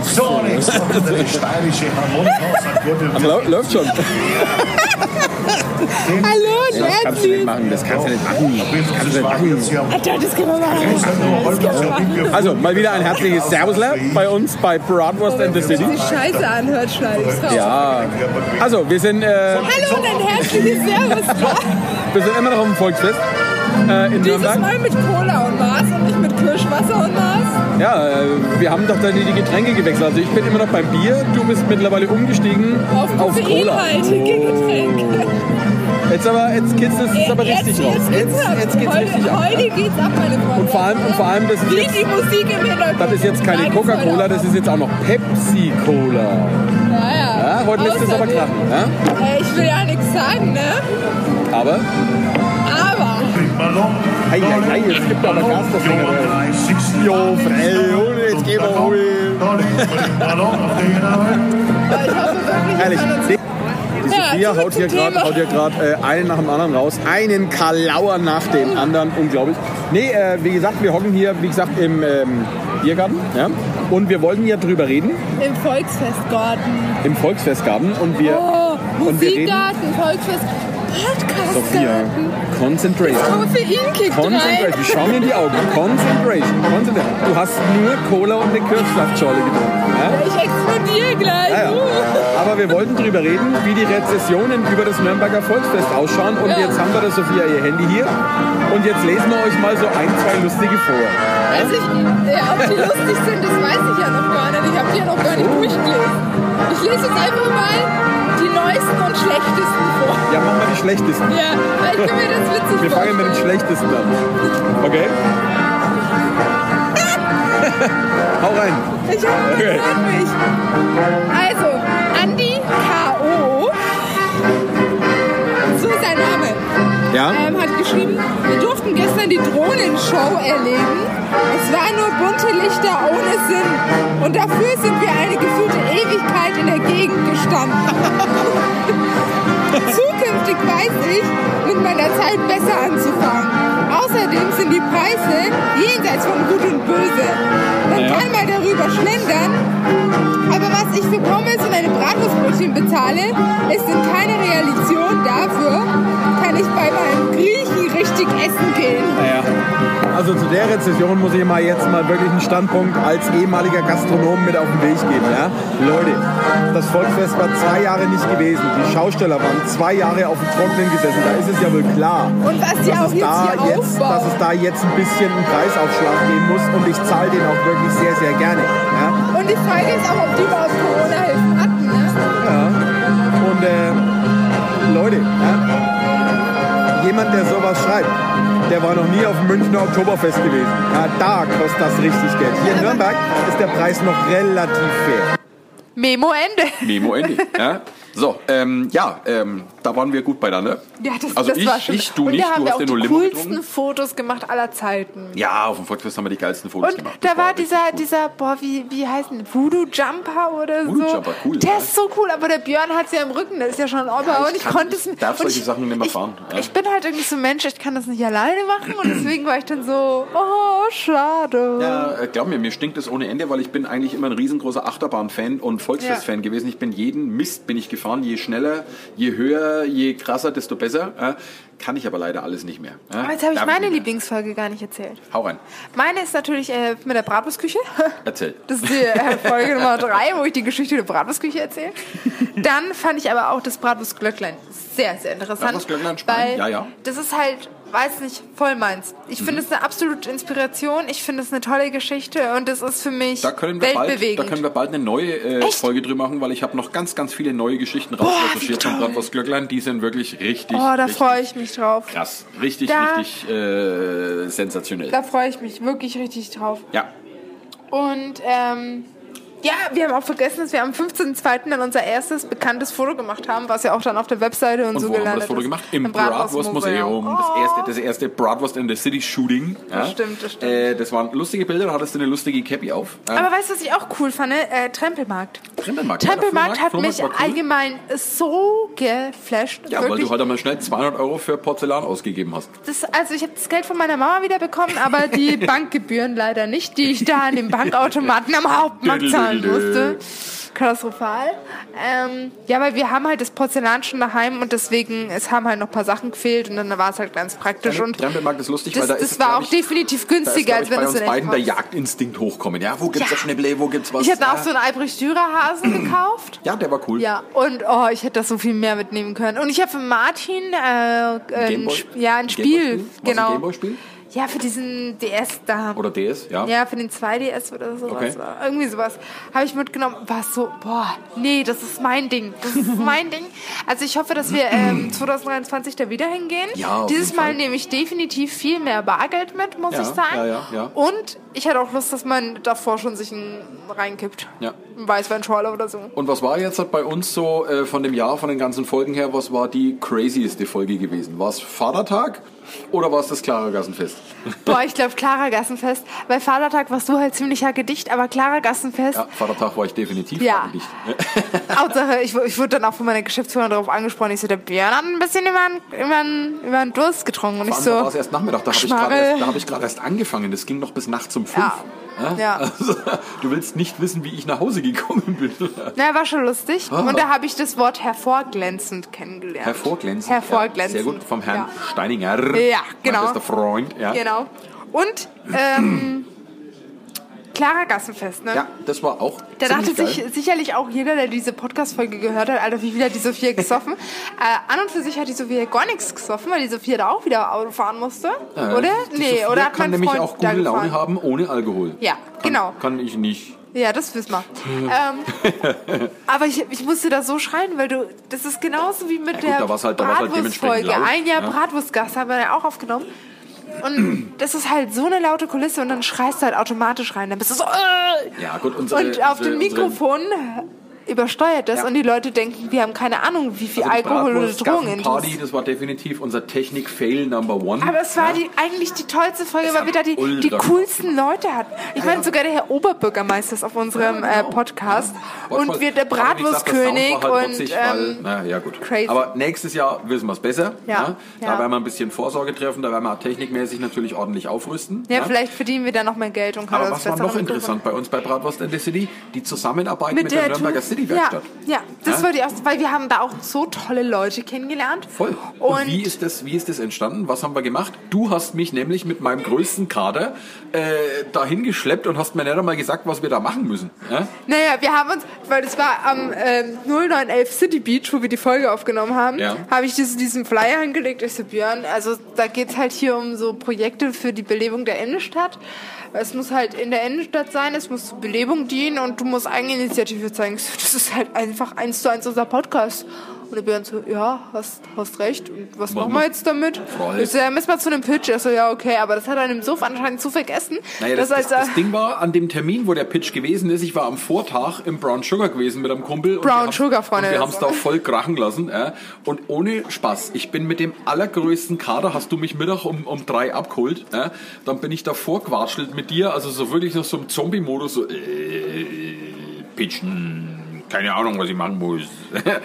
F: So, jetzt kommt der steirische Harmonikaus.
E: läuft schon.
D: Hallo,
E: Das kannst du nicht machen. Das kannst du nicht machen. Das kannst du nicht machen. Also, mal wieder ein herzliches Servusler bei uns bei Broadwurst and the City.
D: Scheiße anhört, schneide ich raus.
E: Ja. Also, wir sind, äh,
D: Hallo und ein herzliches Servus.
E: wir sind immer noch auf dem Volksfest äh, in Nürnberg.
D: mit Cola und Mars und nicht mit Kirschwasser und Mars.
E: Ja, äh, wir haben doch dann die Getränke gewechselt. Also, ich bin immer noch beim Bier. Du bist mittlerweile umgestiegen auf, Cola.
G: Getränke.
E: Jetzt aber, jetzt kitzelst es aber richtig raus. Jetzt, jetzt geht's richtig ab.
G: Heute geht's ab, meine Freunde.
E: Und vor allem, und vor allem, das ist
G: Wie
E: jetzt...
G: die Musik im Hintergrund.
E: Das ist jetzt keine
G: Nein,
E: Coca-Cola, das ist jetzt auch noch Pepsi-Cola. Ja, heute lässt es aber
G: Außerdem-
E: krachen. Ja?
G: Ey, Ich will ja nichts sagen, ne?
E: Aber
G: Aber
E: Ei, ei, ei, es gibt aber Gas, das Ding, aber- Jo, frei, und jetzt gehen wir holen.
F: Ballon auf den Arm.
G: ich hoffe wirklich,
E: ehrlich,
G: dass
E: die- die
G: Ja,
E: Sophia haut hier gerade haut hier grad, äh, einen nach dem anderen raus. Einen Kalauer nach dem anderen. Unglaublich. Nee, äh, wie gesagt, wir hocken hier, wie gesagt, im ähm, Biergarten. Ja? Und wir wollten ja drüber reden,
G: Im Volksfestgarten.
E: im Volksfestgarten. Und wir,
G: Oh,
E: und wir reden...
G: Musikgarten, Volksfest,
E: Sophia,
G: Podcastgarten.
E: Concentration.
G: Koffeinkick
E: Concentration.
G: rein.
E: Wir schauen in die Augen. Concentration. Concentration. Du hast nur Cola und eine Kirschsaftschorle getrunken. Ja?
G: Ich explodiere gleich.
E: Ja,
G: Uh.
E: ja. Aber wir wollten drüber reden, wie die Rezessionen über das Nürnberger Volksfest ausschauen. Und
G: Ja.
E: jetzt haben wir der Sophia ihr Handy hier. Und jetzt lesen wir euch mal so ein, zwei lustige vor.
G: Also ich, ja, ob die lustig sind, das weiß ich ja noch gar nicht. Ich habe die ja noch gar nicht durchgelesen. Ich lese jetzt einfach mal die neuesten und schlechtesten vor.
E: Ja, machen wir die schlechtesten.
G: Ja, weil ich kann mir das witzig
E: Wir fangen mit den
G: vorstellen.
E: schlechtesten an. Okay? Hau rein.
G: Ich hab
E: Okay.
G: freut mich. Also, Andi K.O. So ist sein Name.
E: Ja?
G: Ähm, hat geschrieben, wir durften gestern die Drohnenshow erleben. Es waren nur bunte Lichter ohne Sinn. Und dafür sind wir eine gefühlte Ewigkeit in der Gegend gestanden. Zukünftig weiß ich, mit meiner Zeit besser anzufangen. Außerdem sind die Preise jenseits von Gut und Böse. Man
E: Ja.
G: kann mal darüber schlendern, aber was ich für Pommes und eine Bratwurstbrötchen bezahle, ist in keiner Realisation. Dafür kann ich bei meinem Griechen richtig essen gehen.
E: Naja. Also zu der Rezession muss ich mal jetzt mal wirklich einen Standpunkt als ehemaliger Gastronom mit auf den Weg geben. Ja? Leute, das Volksfest war zwei Jahre nicht gewesen. Die Schausteller waren zwei Jahre auf dem Trockenen gesessen. Da ist es ja wohl klar,
G: Und was die
E: dass
G: auch
E: es,
G: jetzt
E: da
G: hier
E: jetzt,
G: aufbauen.
E: dass es da jetzt ein bisschen einen Preisaufschlag geben muss. Und ich zahle den auch wirklich sehr, sehr gerne. Ja?
G: Und die Frage ist auch, ob die überhaupt Corona-Hilfen hatten. Ne?
E: Ja. Und äh, Leute, ja, jemand, der sowas schreibt, der war noch nie auf dem Münchner Oktoberfest gewesen. Ja, da kostet das richtig Geld. Hier in Nürnberg ist der Preis noch relativ fair.
D: Memo Ende.
B: Memo Ende. ja. So, ähm, ja, ähm, da waren wir gut beieinander.
D: Ja, das,
B: also
D: das
B: ich,
D: war schon.
B: ich, du
D: und
B: nicht,
D: da haben
B: du
D: wir
B: hast
D: auch
B: ja nur
D: die
B: Limo
D: coolsten
B: getrunken.
D: Fotos gemacht aller Zeiten.
B: Ja, auf dem Volksfest haben wir die geilsten Fotos
D: Und
B: gemacht. Das
D: da war
B: richtig
D: dieser,
B: cool.
D: dieser, boah, wie, wie heißt denn, Voodoo Jumper oder
B: Voodoo
D: so.
B: Jumper, cool,
D: Der
B: ja.
D: ist so cool, aber der Björn hat sie ja im Rücken, das ist ja schon ein Opa
B: ich
D: und ich
B: kann-
D: konnte es
B: ich darf
D: und
B: solche Sachen nicht mehr fahren,
D: Ich,
B: ja.
D: ich bin halt irgendwie so ein Mensch, ich kann das nicht alleine machen und deswegen war ich dann so, oh, schade.
B: Ja, äh, glaub mir, mir stinkt es ohne Ende, weil ich bin eigentlich immer ein riesengroßer Achterbahn-Fan und Volksfest-Fan gewesen. Ich bin jeden Mist bin ich gefahren. Je schneller, je höher, je krasser, desto besser. Äh, kann ich aber leider alles nicht mehr. Äh,
D: Aber jetzt habe ich
B: darf
D: meine
B: nicht mehr.
D: Lieblingsfolge gar nicht erzählt.
B: Hau rein.
D: Meine ist natürlich äh, mit der Bratwurstküche.
B: Erzähl.
D: Das ist die äh, Folge Nummer drei, wo ich die Geschichte der Bratwurstküche erzähle. Dann fand ich aber auch das Bratwurstglöcklein sehr, sehr interessant.
B: Bratwurstglöcklein, Spanien,
D: weil
B: ja, Mhm. ja.
D: Das ist halt, weiß nicht, voll meins. Ich finde es eine absolute Inspiration. Ich finde es eine tolle Geschichte und es ist für mich
B: Da können wir bald,
D: weltbewegend.
B: da können wir bald eine neue äh,
D: Echt?
B: Folge drüber machen, weil ich habe noch ganz, ganz viele neue Geschichten rausrecherchiert von Bratwurst Glöcklein. Die sind wirklich richtig,
D: oh, da
B: richtig
D: freue ich mich drauf.
B: krass, richtig,
D: Da-
B: richtig äh, sensationell.
D: Da freue ich mich wirklich richtig drauf.
B: ja,
D: Und ähm, ja, wir haben auch vergessen, dass wir am 15.02. dann unser erstes bekanntes Foto gemacht haben, was ja auch dann auf der Webseite und,
B: Und
D: so
B: wo haben wir
D: gelandet
B: das Foto gemacht?
D: ist.
B: Im Bratwurst-Museum. Das, erste, das erste Bratwurst in the City-Shooting. Ja.
D: Oh. Das stimmt, das stimmt.
B: Äh, das waren lustige Bilder, da hattest du eine lustige Cappy auf. Ja.
D: Aber weißt du, was ich auch cool fand? Äh, Trempelmarkt.
B: Trempelmarkt, ja, der
D: Trempelmarkt
B: Flohmarkt,
D: hat mich
B: Flohmarkt war cool.
D: allgemein so geflasht.
B: ja, weil
D: wirklich.
B: du halt einmal schnell 200 Euro für Porzellan ausgegeben hast.
D: das, also ich habe das Geld von meiner Mama wieder bekommen, aber die Bankgebühren leider nicht, die ich da an dem Bankautomaten am Hauptmarkt zahlen musste. Katastrophal. Ähm, ja, weil wir haben halt das Porzellan schon daheim und deswegen, es haben halt noch ein paar Sachen gefehlt und dann war es halt ganz praktisch. Und
B: Trempelmarkt ist lustig, weil
D: das,
B: da
D: das
B: ist,
D: war
B: glaub
D: auch
B: ich,
D: definitiv
B: da ist,
D: günstiger,
B: glaub
D: als
B: ich,
D: wenn
B: bei
D: es in
B: uns
D: der
B: beiden der
D: Ecke kaufst.
B: Jagdinstinkt hochkommen. Ja, wo gibt's
D: Ja.
B: das Schneeble, wo gibt's was?
D: Ich hatte auch
B: Ja.
D: so einen Albrecht-Dürer-Hasen gekauft.
B: ja, der war cool.
D: Ja, und oh, ich hätte das so viel mehr mitnehmen können. Und ich habe für Martin äh, ein,
B: Gameboy?
D: Sp- ja, ein
B: Gameboy-Spiel?
D: Spiel,
B: Was ein
D: genau.
B: Gameboy-Spiel?
D: Ja, für diesen DS da.
B: Oder DS, ja.
D: ja, für den 2DS oder sowas.
B: Okay.
D: war- Irgendwie sowas. Habe ich mitgenommen. War so, boah, nee, das ist mein Ding. Das ist mein Ding. Also ich hoffe, dass wir ähm, 2023 da wieder hingehen.
B: Ja, auf
D: Dieses
B: jeden
D: Mal
B: Fall.
D: nehme ich definitiv viel mehr Bargeld mit, muss
B: Ja,
D: ich sagen.
B: ja, ja, ja.
D: Und ich hätte auch Lust, dass man davor schon sich einen reinkippt.
B: Ja.
D: Ein Weißweinschorle oder so.
B: Und was war jetzt halt bei uns so äh, von dem Jahr, von den ganzen Folgen her, was war die crazieste Folge gewesen? War es Vatertag oder war es das Klarergassenfest? Gassenfest.
D: Boah, ich glaube Clara Gassenfest. Bei Vatertag warst du halt ziemlich Gedicht, aber Clara Gassenfest.
B: Ja, Vatertag war ich definitiv
D: Ja.
B: nicht.
D: Hauptsache, ich, wu- ich wurde dann auch von meiner Geschäftsführerin darauf angesprochen. Ich so, der Björn hat ein bisschen über den über den- über den Durst getrunken. Und ich
B: Vor allem, da war
D: so,
B: es erst Nachmittag, da habe ich
D: Schmarre.
B: gerade erst, da hab ich gerade erst angefangen. Das ging noch bis nachts um fünf.
D: Ja. Ja.
B: Also, du willst nicht wissen, wie ich nach Hause gekommen bin.
D: na, war schon lustig.
B: Ah.
D: Und da habe ich das Wort hervorglänzend kennengelernt.
B: Hervorglänzend.
D: Hervorglänzend.
B: Ja, sehr gut, vom Herrn
D: Ja.
B: Steininger.
D: Ja, genau.
B: Mein bester Freund. Ja.
D: Genau. Und ähm, Clara Gassenfest, ne?
B: ja, das war auch
D: Da dachte
B: ziemlich geil.
D: sich sicherlich auch jeder, der diese Podcast-Folge gehört hat, Alter, wie viel hat die Sophia gesoffen? äh, an und für sich hat die Sophia gar nichts gesoffen, weil die Sophia da auch wieder Auto fahren musste.
B: Ja,
D: oder?
B: Äh, die
D: Nee,
B: Sophia
D: oder hat
B: kann
D: mein
B: nämlich
D: Freund
B: auch
D: da
B: gute Laune
D: gefahren?
B: haben ohne Alkohol.
D: Ja,
B: kann,
D: genau.
B: Kann ich nicht.
D: Ja, das wissen wir. ähm, aber ich, ich musste da so schreien, weil du, das ist genauso wie mit
B: gut,
D: der
B: da war's halt- da war's halt
D: Bratwurstfolge.
B: dementsprechend laut, ne?
D: Ein Jahr
B: ja.
D: Bratwurstgast haben wir ja auch aufgenommen. Und das ist halt so eine laute Kulisse und dann schreist du halt automatisch rein. Dann bist du so. Äh!
B: Ja, gut. Unsere,
D: Und auf
B: unsere-
D: dem
B: unsere-
D: Mikrofon übersteuert das
B: Ja.
D: und die Leute denken, wir haben keine Ahnung, wie viel
B: Also die
D: Alkohol oder
B: Bratwurst,
D: Drogen in uns.
B: Party, das war definitiv unser Technik-Fail Number One.
D: Aber es war die, eigentlich die tollste Folge, weil wir da die,
B: ultra
D: die
B: gemacht.
D: coolsten Leute hatten. Ich meine, sogar der Herr Oberbürgermeister ist auf unserem äh,
B: genau.
D: Podcast.
B: War
D: Und
B: voll-
D: wir, der
B: Aber wie gesagt, das
D: Bratwurstkönig
B: Sound war halt
D: und
B: witzig, weil-
D: ähm,
B: na ja, gut.
D: crazy.
B: Aber nächstes Jahr wissen wir es besser.
D: Ja,
B: ne? Da
D: ja.
B: werden wir ein bisschen Vorsorge treffen, da werden wir technikmäßig natürlich ordentlich aufrüsten.
D: ja,
B: ne?
D: vielleicht verdienen wir da noch mehr Geld und können
B: Aber was
D: uns
B: war
D: bessere
B: noch
D: Mikrofone-
B: interessant bei uns bei Bratwurst in the City? Die Zusammenarbeit mit,
D: Mit,
B: der,
D: der,
B: Nürnberger City-Werkstatt.
D: Tu- Ja, ja, das
B: Ja?
D: wollte ich auch, weil wir haben da auch so tolle Leute kennengelernt.
B: Voll.
D: Und,
B: Und, wie, ist das, wie ist das entstanden? Was haben wir gemacht? Du hast mich nämlich mit meinem größten Kader äh, dahin geschleppt und hast mir nicht einmal gesagt, was wir da machen müssen. Ja?
D: Naja, wir haben uns, weil das war am ähm, 0911 City Beach, wo wir die Folge aufgenommen haben,
B: Ja.
D: habe ich diesen, diesen Flyer hingelegt. Ich so, Björn, also da geht's halt hier um so Projekte für die Belebung der Innenstadt. Es muss halt in der Innenstadt sein, es muss zur Belebung dienen und du musst Eigeninitiative zeigen. Ich so, Das ist halt einfach eins zu eins unser Podcast. Und der Björn so, ja, hast, hast recht. Und was machen wir jetzt damit?
B: Voll.
D: Ich so, ja, müssen wir zu einem Pitch. Ich so, ja, okay, aber das hat er in dem Suff anscheinend zu vergessen.
B: Naja, das,
D: dass also
B: das,
D: als er-
B: das Ding war, an dem Termin, wo der Pitch gewesen ist, ich war am Vortag im Brown Sugar gewesen mit einem Kumpel.
D: Brown
B: und wir
D: Sugar,
B: haben's-
D: Freunde,
B: Und wir
D: das
B: haben es
D: war-
B: da voll krachen lassen. Äh. Und ohne Spaß, ich bin mit dem allergrößten Kader, hast du mich Mittag um, um drei abgeholt. Äh. Dann bin ich davor gewatschelt mit dir, also so wirklich noch so im Zombie-Modus, so äh, pitchen, keine Ahnung, was ich machen muss.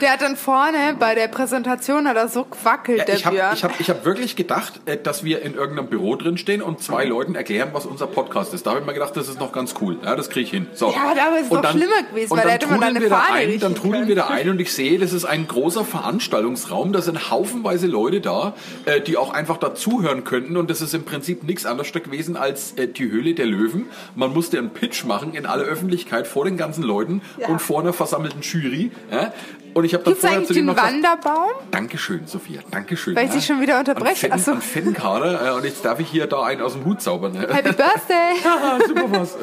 D: Der hat dann vorne bei der Präsentation hat er so gewackelt, der
B: ich habe
D: Björn.
B: ich hab, ich hab wirklich gedacht, äh, dass wir in irgendeinem Büro drin stehen und zwei Leuten erklären, was unser Podcast ist. Da habe ich mir gedacht, das ist noch ganz cool. Ja, das kriege ich hin. So.
D: Ja, aber es ist doch schlimmer gewesen,
B: und dann
D: weil da hätte man
B: trudeln
D: eine
B: wir da
D: Fahne
B: ein,
D: richten
B: Dann trudeln wir da ein und ich sehe, das ist ein großer Veranstaltungsraum. Da sind haufenweise Leute da, äh, die auch einfach dazuhören könnten. Und das ist im Prinzip nichts anderes gewesen als äh, die Höhle der Löwen. Man musste einen Pitch machen in aller Öffentlichkeit vor den ganzen Leuten und vor einer versammelten Jury. Ja? Und ich habe dann
D: Gibt's
B: vorher zu
D: eigentlich
B: dem
D: den
B: noch gesagt,
D: Wanderbaum?
B: Dankeschön, Sophia. Dankeschön.
D: Weil ich dich schon wieder
B: An
D: unterbreche.
B: fetten,
D: Achso.
B: an fetten Kader. Äh, und jetzt darf ich hier da einen aus dem Hut zaubern. Ne?
D: Happy Birthday!
B: Super was.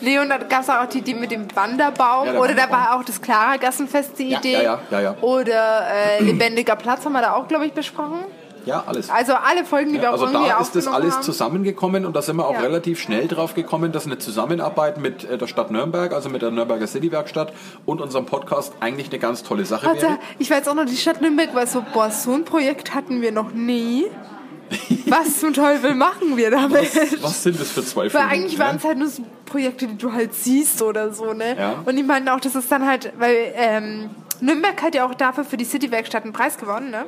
D: Nee, und dann gab's auch die, die mit dem Wanderbaum.
B: Ja, der
D: Oder da
B: Wanderbaum.
D: war auch das Clara Gassenfest die
B: Ja,
D: Idee.
B: ja, ja, ja, ja.
D: Oder äh, lebendiger Platz haben wir da auch, glaube ich, besprochen.
B: Ja, alles.
D: Also alle Folgen, die wir auch
B: Also
D: irgendwie
B: da ist das
D: aufgenommen
B: alles
D: haben.
B: zusammengekommen und da sind wir auch
D: Ja.
B: relativ schnell drauf gekommen, dass eine Zusammenarbeit mit äh, der Stadt Nürnberg, also mit der Nürnberger Citywerkstatt und unserem Podcast eigentlich eine ganz tolle Sache
D: Warte,
B: wäre.
D: ich weiß auch noch, die Stadt Nürnberg war so, boah, so ein Projekt hatten wir noch nie. Was zum Teufel machen wir damit?
B: Was sind das für zwei
D: Weil
B: Folgen,
D: eigentlich
B: ne?
D: waren es halt nur so Projekte, die du halt siehst oder so, ne?
B: Ja.
D: Und die meinten auch, das ist dann halt, weil ähm, Nürnberg hat ja auch dafür für die City-Werkstatt einen Preis gewonnen, ne?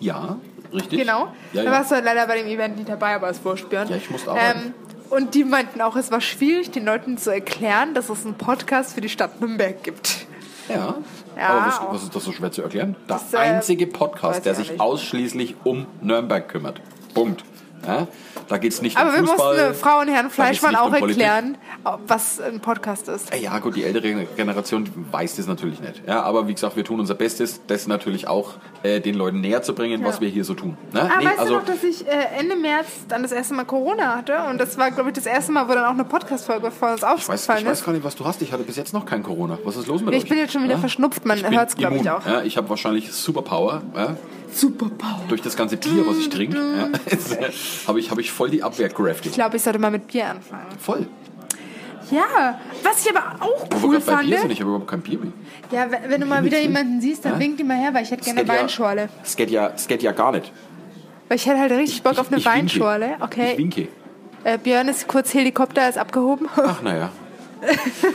B: Ja, richtig.
D: Genau.
B: Ja,
D: Da
B: ja.
D: warst du halt leider bei dem Event nicht dabei, aber es wurscht, Björn. Ähm,
B: Ja, ich musste arbeiten.
D: und die meinten auch, es war schwierig, den Leuten zu erklären, dass es einen Podcast für die Stadt Nürnberg gibt.
B: Ja.
D: Ja,
B: Aber was,
D: auch.
B: was ist das so schwer zu erklären? Der
D: Das, äh,
B: einzige
D: weiß
B: Podcast,
D: ich
B: der
D: auch
B: sich
D: nicht.
B: ausschließlich um Nürnberg kümmert. Punkt. Ja? Da geht es nicht
D: Aber
B: um
D: wir
B: Fußball.
D: mussten äh, Frau und Herrn
B: da geht's
D: Fleischmann
B: nicht
D: auch
B: um Politik.
D: erklären, was ein Podcast ist.
B: Äh, Ja, gut, die ältere Generation weiß das natürlich nicht. Ja, aber wie gesagt, wir tun unser Bestes, das natürlich auch äh, den Leuten näher zu bringen, was wir hier so tun. Ne?
D: Ah,
B: Nee,
D: weißt
B: also,
D: du noch, dass ich äh, Ende März dann das erste Mal Corona hatte? Und das war, glaube ich, das erste Mal, wo dann auch eine Podcast-Folge von uns
B: ich weiß,
D: aufgefallen
B: ich weiß
D: ist.
B: gar nicht, was du hast. Ich hatte bis jetzt noch kein Corona. Was ist los mit
D: Nee,
B: euch?
D: ich bin jetzt schon wieder
B: Ja?
D: verschnupft, man
B: bin
D: hört's, glaub ich,
B: immun,
D: auch.
B: Ja? Ich habe wahrscheinlich Superpower. Ja?
D: Superpower.
B: Durch das ganze Bier, was ich trinke, ja? äh, habe ich, hab ich voll die Abwehr crafted.
D: Ich glaube, ich sollte mal mit Bier anfangen.
B: Voll.
D: Ja, was ich aber auch
B: Wo wir
D: cool
B: gerade bei
D: fand.
B: Bier sind, ich habe überhaupt kein Bier mehr.
D: Ja, wenn, wenn du mal wieder jemanden siehst, dann wink dir mal her, weil ich hätte gerne
B: geht ja-
D: Weinschorle.
B: Es geht ja, es geht ja gar nicht.
D: Weil ich hätte halt richtig Bock auf eine
B: Ich winke.
D: Weinschorle.
B: Ich
D: Okay.
B: winke.
D: Äh, Björn ist kurz Helikopter, ist abgehoben.
B: Ach, naja.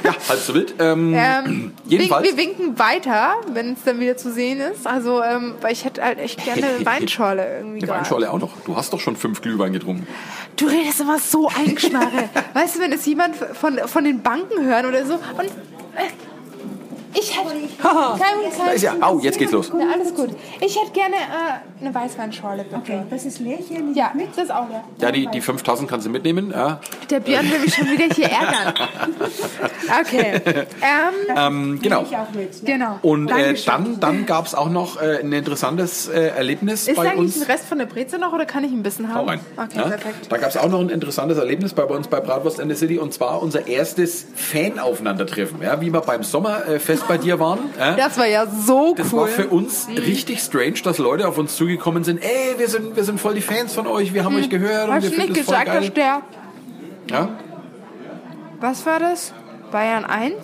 B: Ja, halb so wild. Ähm,
D: Ähm,
B: jedenfalls.
D: wink- Wir winken weiter, wenn es dann wieder zu sehen ist. Also, ähm, weil ich hätte halt echt gerne eine Weinschorle irgendwie.
B: eine
D: gerade.
B: Weinschorle auch noch. Du hast doch schon fünf Glühwein getrunken.
D: Du redest immer so eingeschmarre. weißt du, wenn es jemand von, von den Banken hören oder so und äh, ich hätte kein, kein,
B: ist ja- au, jetzt geht's los.
D: Ja, alles gut. Ich hätte gerne äh, eine Weißweinschorle, bitte.
H: Okay, das ist leer hier. nicht?
D: Ja, das auch. Ja.
B: Ja, die, die fünf Tassen kannst du mitnehmen. Ja.
D: Der Björn will mich schon wieder hier ärgern. Okay. Ähm,
B: Ähm, genau.
H: Ich auch mit. Ne?
D: genau.
B: Und äh,
D: Dankeschön.
B: dann, dann gab es auch noch äh, ein interessantes äh, Erlebnis
D: Ist da
B: bei
D: eigentlich
B: uns.
D: ein Rest von der Breze noch oder kann ich ein bisschen haben?
B: Hau rein.
D: Okay,
B: Ja?
D: perfekt.
B: Da gab es auch noch ein interessantes Erlebnis bei uns bei Bratwurst in the City und zwar unser erstes Fan-Aufeinandertreffen. Ja? Wie wir beim Sommerfest bei dir waren. Ja?
D: Das war ja so
B: Das
D: cool. Mhm.
B: war für uns richtig strange, dass Leute auf uns zugekommen sind. Ey, wir sind, wir sind voll die Fans von euch, wir haben euch gehört und
D: Mhm. Hast
B: wir
D: du nicht
B: finden das voll
D: gesagt,
B: geil.
D: dass der.
B: Ja?
D: Was war das? Bayern 1?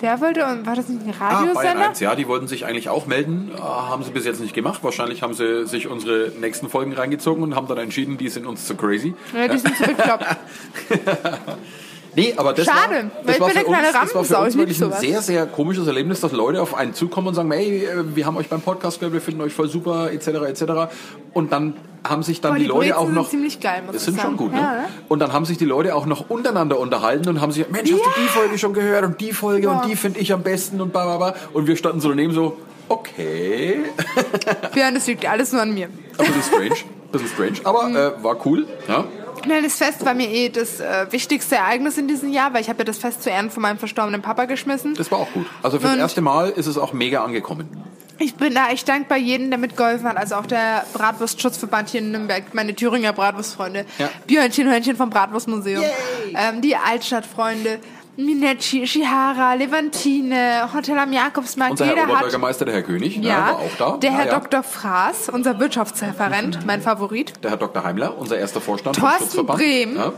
D: Wer wollte. und War das nicht ein
B: Ah, Bayern
D: Radiosender?
B: 1, ja, die wollten sich eigentlich auch melden, äh, haben sie bis jetzt nicht gemacht. Wahrscheinlich haben sie sich unsere nächsten Folgen reingezogen und haben dann entschieden, die sind uns zu crazy.
D: ja, die sind zu bekloppt.
B: Nee, aber das
D: Schade,
B: war,
D: weil
B: das war
D: ich bin
B: für
D: eine kleine
B: uns, das war für
D: Rampensau,
B: uns
D: ich lieb
B: wirklich ein
D: sowas.
B: sehr, sehr komisches Erlebnis, dass Leute auf einen zukommen und sagen, hey, äh, wir haben euch beim Podcast gehört, wir finden euch voll super, etc., etc. Und dann haben sich dann
D: Boah,
B: die,
D: die
B: Leute
D: Brezen
B: auch
D: sind
B: noch...
D: ziemlich geil, muss
B: Das
D: ich
B: sind schon
D: sagen.
B: gut, ne?
D: Ja, ne?
B: Und dann haben sich die Leute auch noch untereinander unterhalten und haben sich, Mensch, hast du die Folge schon gehört und die Folge
D: Boah.
B: und die finde ich am besten und bla, bla, bla. Und wir standen so daneben so, okay,
D: Björn, das liegt alles nur an mir.
B: ein bisschen strange, bisschen strange, aber
D: Mhm.
B: äh, war cool, ja.
D: Nein, das Fest war mir eh das äh, wichtigste Ereignis in diesem Jahr, weil ich habe ja das Fest zu Ehren von meinem verstorbenen Papa geschmissen.
B: Das war auch gut. Also für das
D: Und-
B: erste Mal ist es auch mega angekommen.
D: Ich bin da echt dankbar jedem, der mitgeholfen hat. Also auch der Bratwurstschutzverband hier in Nürnberg, meine Thüringer Bratwurstfreunde,
B: Ja.
D: Björnchen Hörnchen vom Bratwurstmuseum, ähm, die Altstadtfreunde, Minetti, Shihara, Levantine, Hotel am Jakobsmarkt.
B: Unser Herr
D: Jeder hat
B: Oberbürgermeister, der Herr König, ne,
D: ja,
B: war auch da.
D: der
B: Ja,
D: Herr
B: ja. Mhm.
D: Dr. Fraß, unser Wirtschaftsreferent, mein Favorit.
B: Der Herr Dr. Heimler, unser erster Vorstand. vom
D: Thorsten
B: Schutzverband.
D: Brehm.
B: Ja.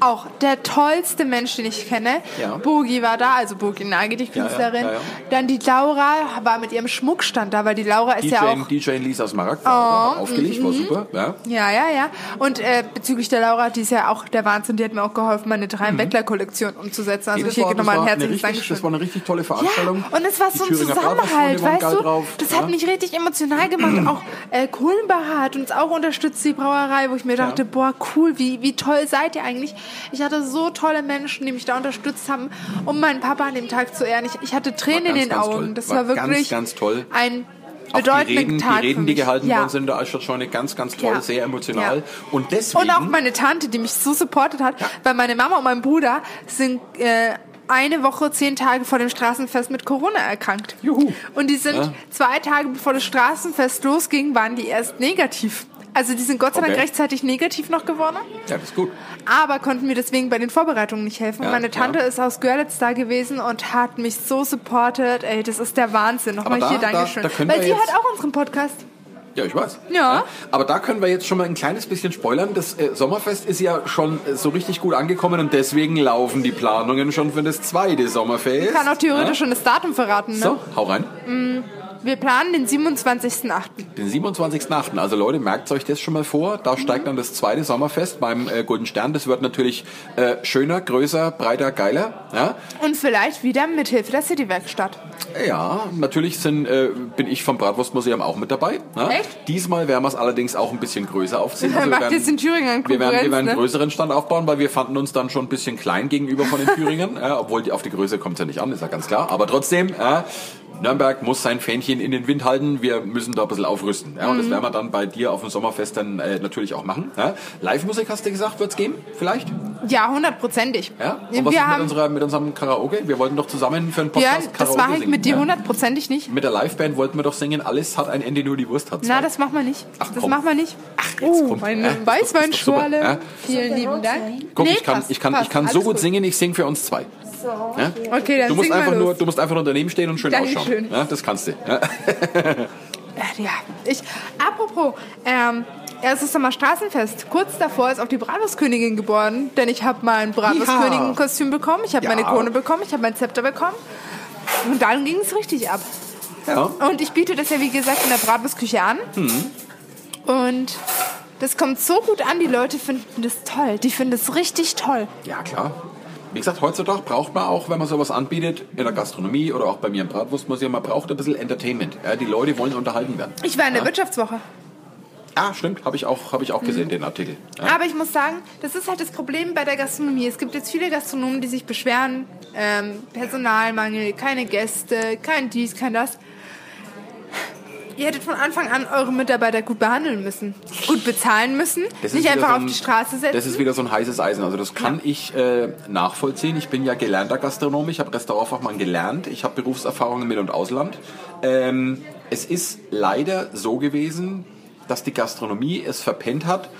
D: Auch der tollste Mensch, den ich kenne.
B: Ja.
D: Bogi war da, also Bogi Nagel, die
B: ja,
D: Künstlerin.
B: ja, ja.
D: Dann die Laura war mit ihrem Schmuckstand da, weil die Laura ist
B: DJ,
D: ja auch Oh, mhm.
B: DJ
D: Also
B: Lisa Smaragd war auch noch aufgelegt, war super. Ja.
D: Ja, ja, ja. Und äh, bezüglich der Laura, die ist ja auch der Wahnsinn, die hat mir auch geholfen, meine Dreimbettler-Kollektion umzusetzen. Also
B: das,
D: hier
B: war, Mhm. das,
D: nochmal ein
B: war eine
D: herzliches
B: richtig, das war
D: Dankeschön.
B: eine richtig tolle
D: Ja,
B: Veranstaltung.
D: und es war
B: Die
D: so ein
B: Thüringer
D: Zusammenhalt,
B: Bratwurstfreunde waren
D: weißt
B: geil
D: du?
B: Drauf,
D: das
B: ja.
D: hat mich richtig emotional gemacht. auch äh, Kohlenbacher hat uns auch unterstützt, die Brauerei, wo ich mir dachte,
B: Ja.
D: boah, cool, wie, wie toll seid ihr eigentlich? Ich hatte so tolle Menschen, die mich da unterstützt haben, um meinen Papa an dem Tag zu ehren. Ich, ich hatte Tränen
B: ganz,
D: in den
B: ganz
D: Augen.
B: toll.
D: Das
B: War
D: war,
B: ganz,
D: wirklich
B: ganz toll.
D: ein
B: Auch die
D: bedeutender
B: Reden,
D: Tag
B: die, Reden
D: für
B: die
D: mich.
B: gehalten
D: ja.
B: worden sind in der Altstadtscheune, ganz, ganz toll,
D: Ja.
B: sehr emotional.
D: Ja.
B: Und deswegen...
D: Und auch meine Tante, die mich so supportet hat, weil meine Mama und mein Bruder sind äh, eine Woche, zehn Tage vor dem Straßenfest mit Corona erkrankt.
B: Juhu.
D: Und die sind
B: Ja.
D: zwei Tage bevor das Straßenfest losging, waren die erst negativ. Also die sind Gott sei Dank
B: Okay.
D: rechtzeitig negativ noch geworden,
B: ja, das ist gut.
D: aber konnten mir deswegen bei den Vorbereitungen nicht helfen.
B: Ja,
D: Und meine Tante
B: ja.
D: ist aus Görlitz da gewesen und hat mich so supportet. Ey, das ist der Wahnsinn. Nochmal
B: Aber da-
D: hier
B: da-
D: Dankeschön.
B: da können
D: Weil
B: wir
D: die
B: jetzt-
D: hat auch unseren Podcast.
B: Ja, ich weiß.
D: Ja.
B: Aber da können wir jetzt schon mal ein kleines bisschen spoilern. Das äh, Sommerfest ist ja schon äh, so richtig gut angekommen und deswegen laufen die Planungen schon für das zweite Sommerfest.
D: Kann auch theoretisch schon das Datum verraten. Ne?
B: So, hau rein.
D: Wir planen den 27.8.
B: Den 27.8. Also Leute, merkt euch das schon mal vor. Da steigt dann das zweite Sommerfest beim äh, Golden Stern. Das wird natürlich äh, schöner, größer, breiter, geiler. Ja,
D: Und vielleicht wieder mithilfe der City-Werkstatt.
B: ja natürlich sind, äh, bin ich vom Bratwurstmuseum auch mit dabei. Ja?
D: Echt?
B: Diesmal werden wir es allerdings auch ein bisschen größer aufziehen. Also wir
D: Macht
B: werden-
D: jetzt den Thüringern
B: wir werden, wir
D: Konkurrenz,
B: werden einen
D: ne?
B: größeren Stand aufbauen, weil wir fanden uns dann schon ein bisschen klein gegenüber von den Thüringern. ja, obwohl die, auf die Größe kommt es ja nicht an, ist ja ganz klar. Aber trotzdem, ja, Nürnberg muss sein Fähnchen in den Wind halten. Wir müssen da ein bisschen aufrüsten. Ja, und
D: Mhm.
B: das werden wir dann bei dir auf dem Sommerfest dann äh, natürlich auch machen. Ja. Live-Musik, hast du gesagt, wird's geben? Vielleicht?
D: Ja, hundertprozentig.
B: Ja? Und was ist
D: Wir
B: mit,
D: haben,
B: unserer, mit unserem Karaoke? Wir wollten doch zusammen für einen Podcast
D: Björn, das
B: Karaoke
D: mache ich
B: singen.
D: mit dir
B: ja.
D: hundertprozentig nicht.
B: Mit der Liveband wollten wir doch singen, alles hat ein Ende, nur die Wurst hat zwei.
D: Na, das machen wir nicht.
B: Ach,
D: das
B: komm.
D: machen wir nicht. Ach,
B: jetzt kommt-
D: meine
B: äh, ist doch-
D: Weißweinschorle.
B: ist doch super,
D: Vielen lieben Dank.
B: Guck,
D: Nee,
B: ich kann,
D: passt,
B: ich kann, ich
D: passt,
B: kann so
D: alles
B: gut, singen, ich singe für uns zwei. Ja?
D: Okay, dann
B: Du musst,
D: sing mal
B: einfach
D: los.
B: nur, du musst einfach nur daneben stehen und schön
D: Dankeschön.
B: ausschauen. Ja, das kannst du. Ja.
D: Äh, Ja, ich. Apropos, ähm, es ist nochmal Straßenfest. Kurz davor ist auch die Bratwurstkönigin geboren, denn ich habe mein Bratwurstkönigin-Kostüm bekommen, ich habe
B: Ja.
D: meine Krone bekommen, ich habe mein Zepter bekommen. Und dann ging es richtig ab.
B: Ja.
D: Und ich biete das ja, wie gesagt, in der Bratwurstküche an. Und das kommt so gut an, die Leute finden das toll. Die finden es richtig toll.
B: Ja, klar. Wie gesagt, heutzutage braucht man auch, wenn man sowas anbietet, in der Gastronomie oder auch bei mir im Bratwurstmuseum, man braucht ein bisschen Entertainment. Ja, die Leute wollen unterhalten werden.
D: Ich war in der Wirtschaftswoche.
B: Ah, stimmt, habe ich auch, hab ich auch
D: Mhm.
B: gesehen, den Artikel. Ja.
D: Aber ich muss sagen, das ist halt das Problem bei der Gastronomie. Es gibt jetzt viele Gastronomen, die sich beschweren, ähm, Personalmangel, keine Gäste, kein dies, kein das. Ihr hättet von Anfang an eure Mitarbeiter gut behandeln müssen, gut bezahlen müssen,
B: Das ist
D: nicht
B: wieder
D: einfach
B: so
D: auf
B: ein-
D: die Straße setzen.
B: Das ist wieder so ein heißes Eisen. Also das kann ich äh, nachvollziehen. Ich bin ja gelernter Gastronom. Ich habe Restaurantfachmann gelernt. Ich habe Berufserfahrungen mit und Ausland. Ähm, es ist leider so gewesen, dass die Gastronomie es verpennt hat,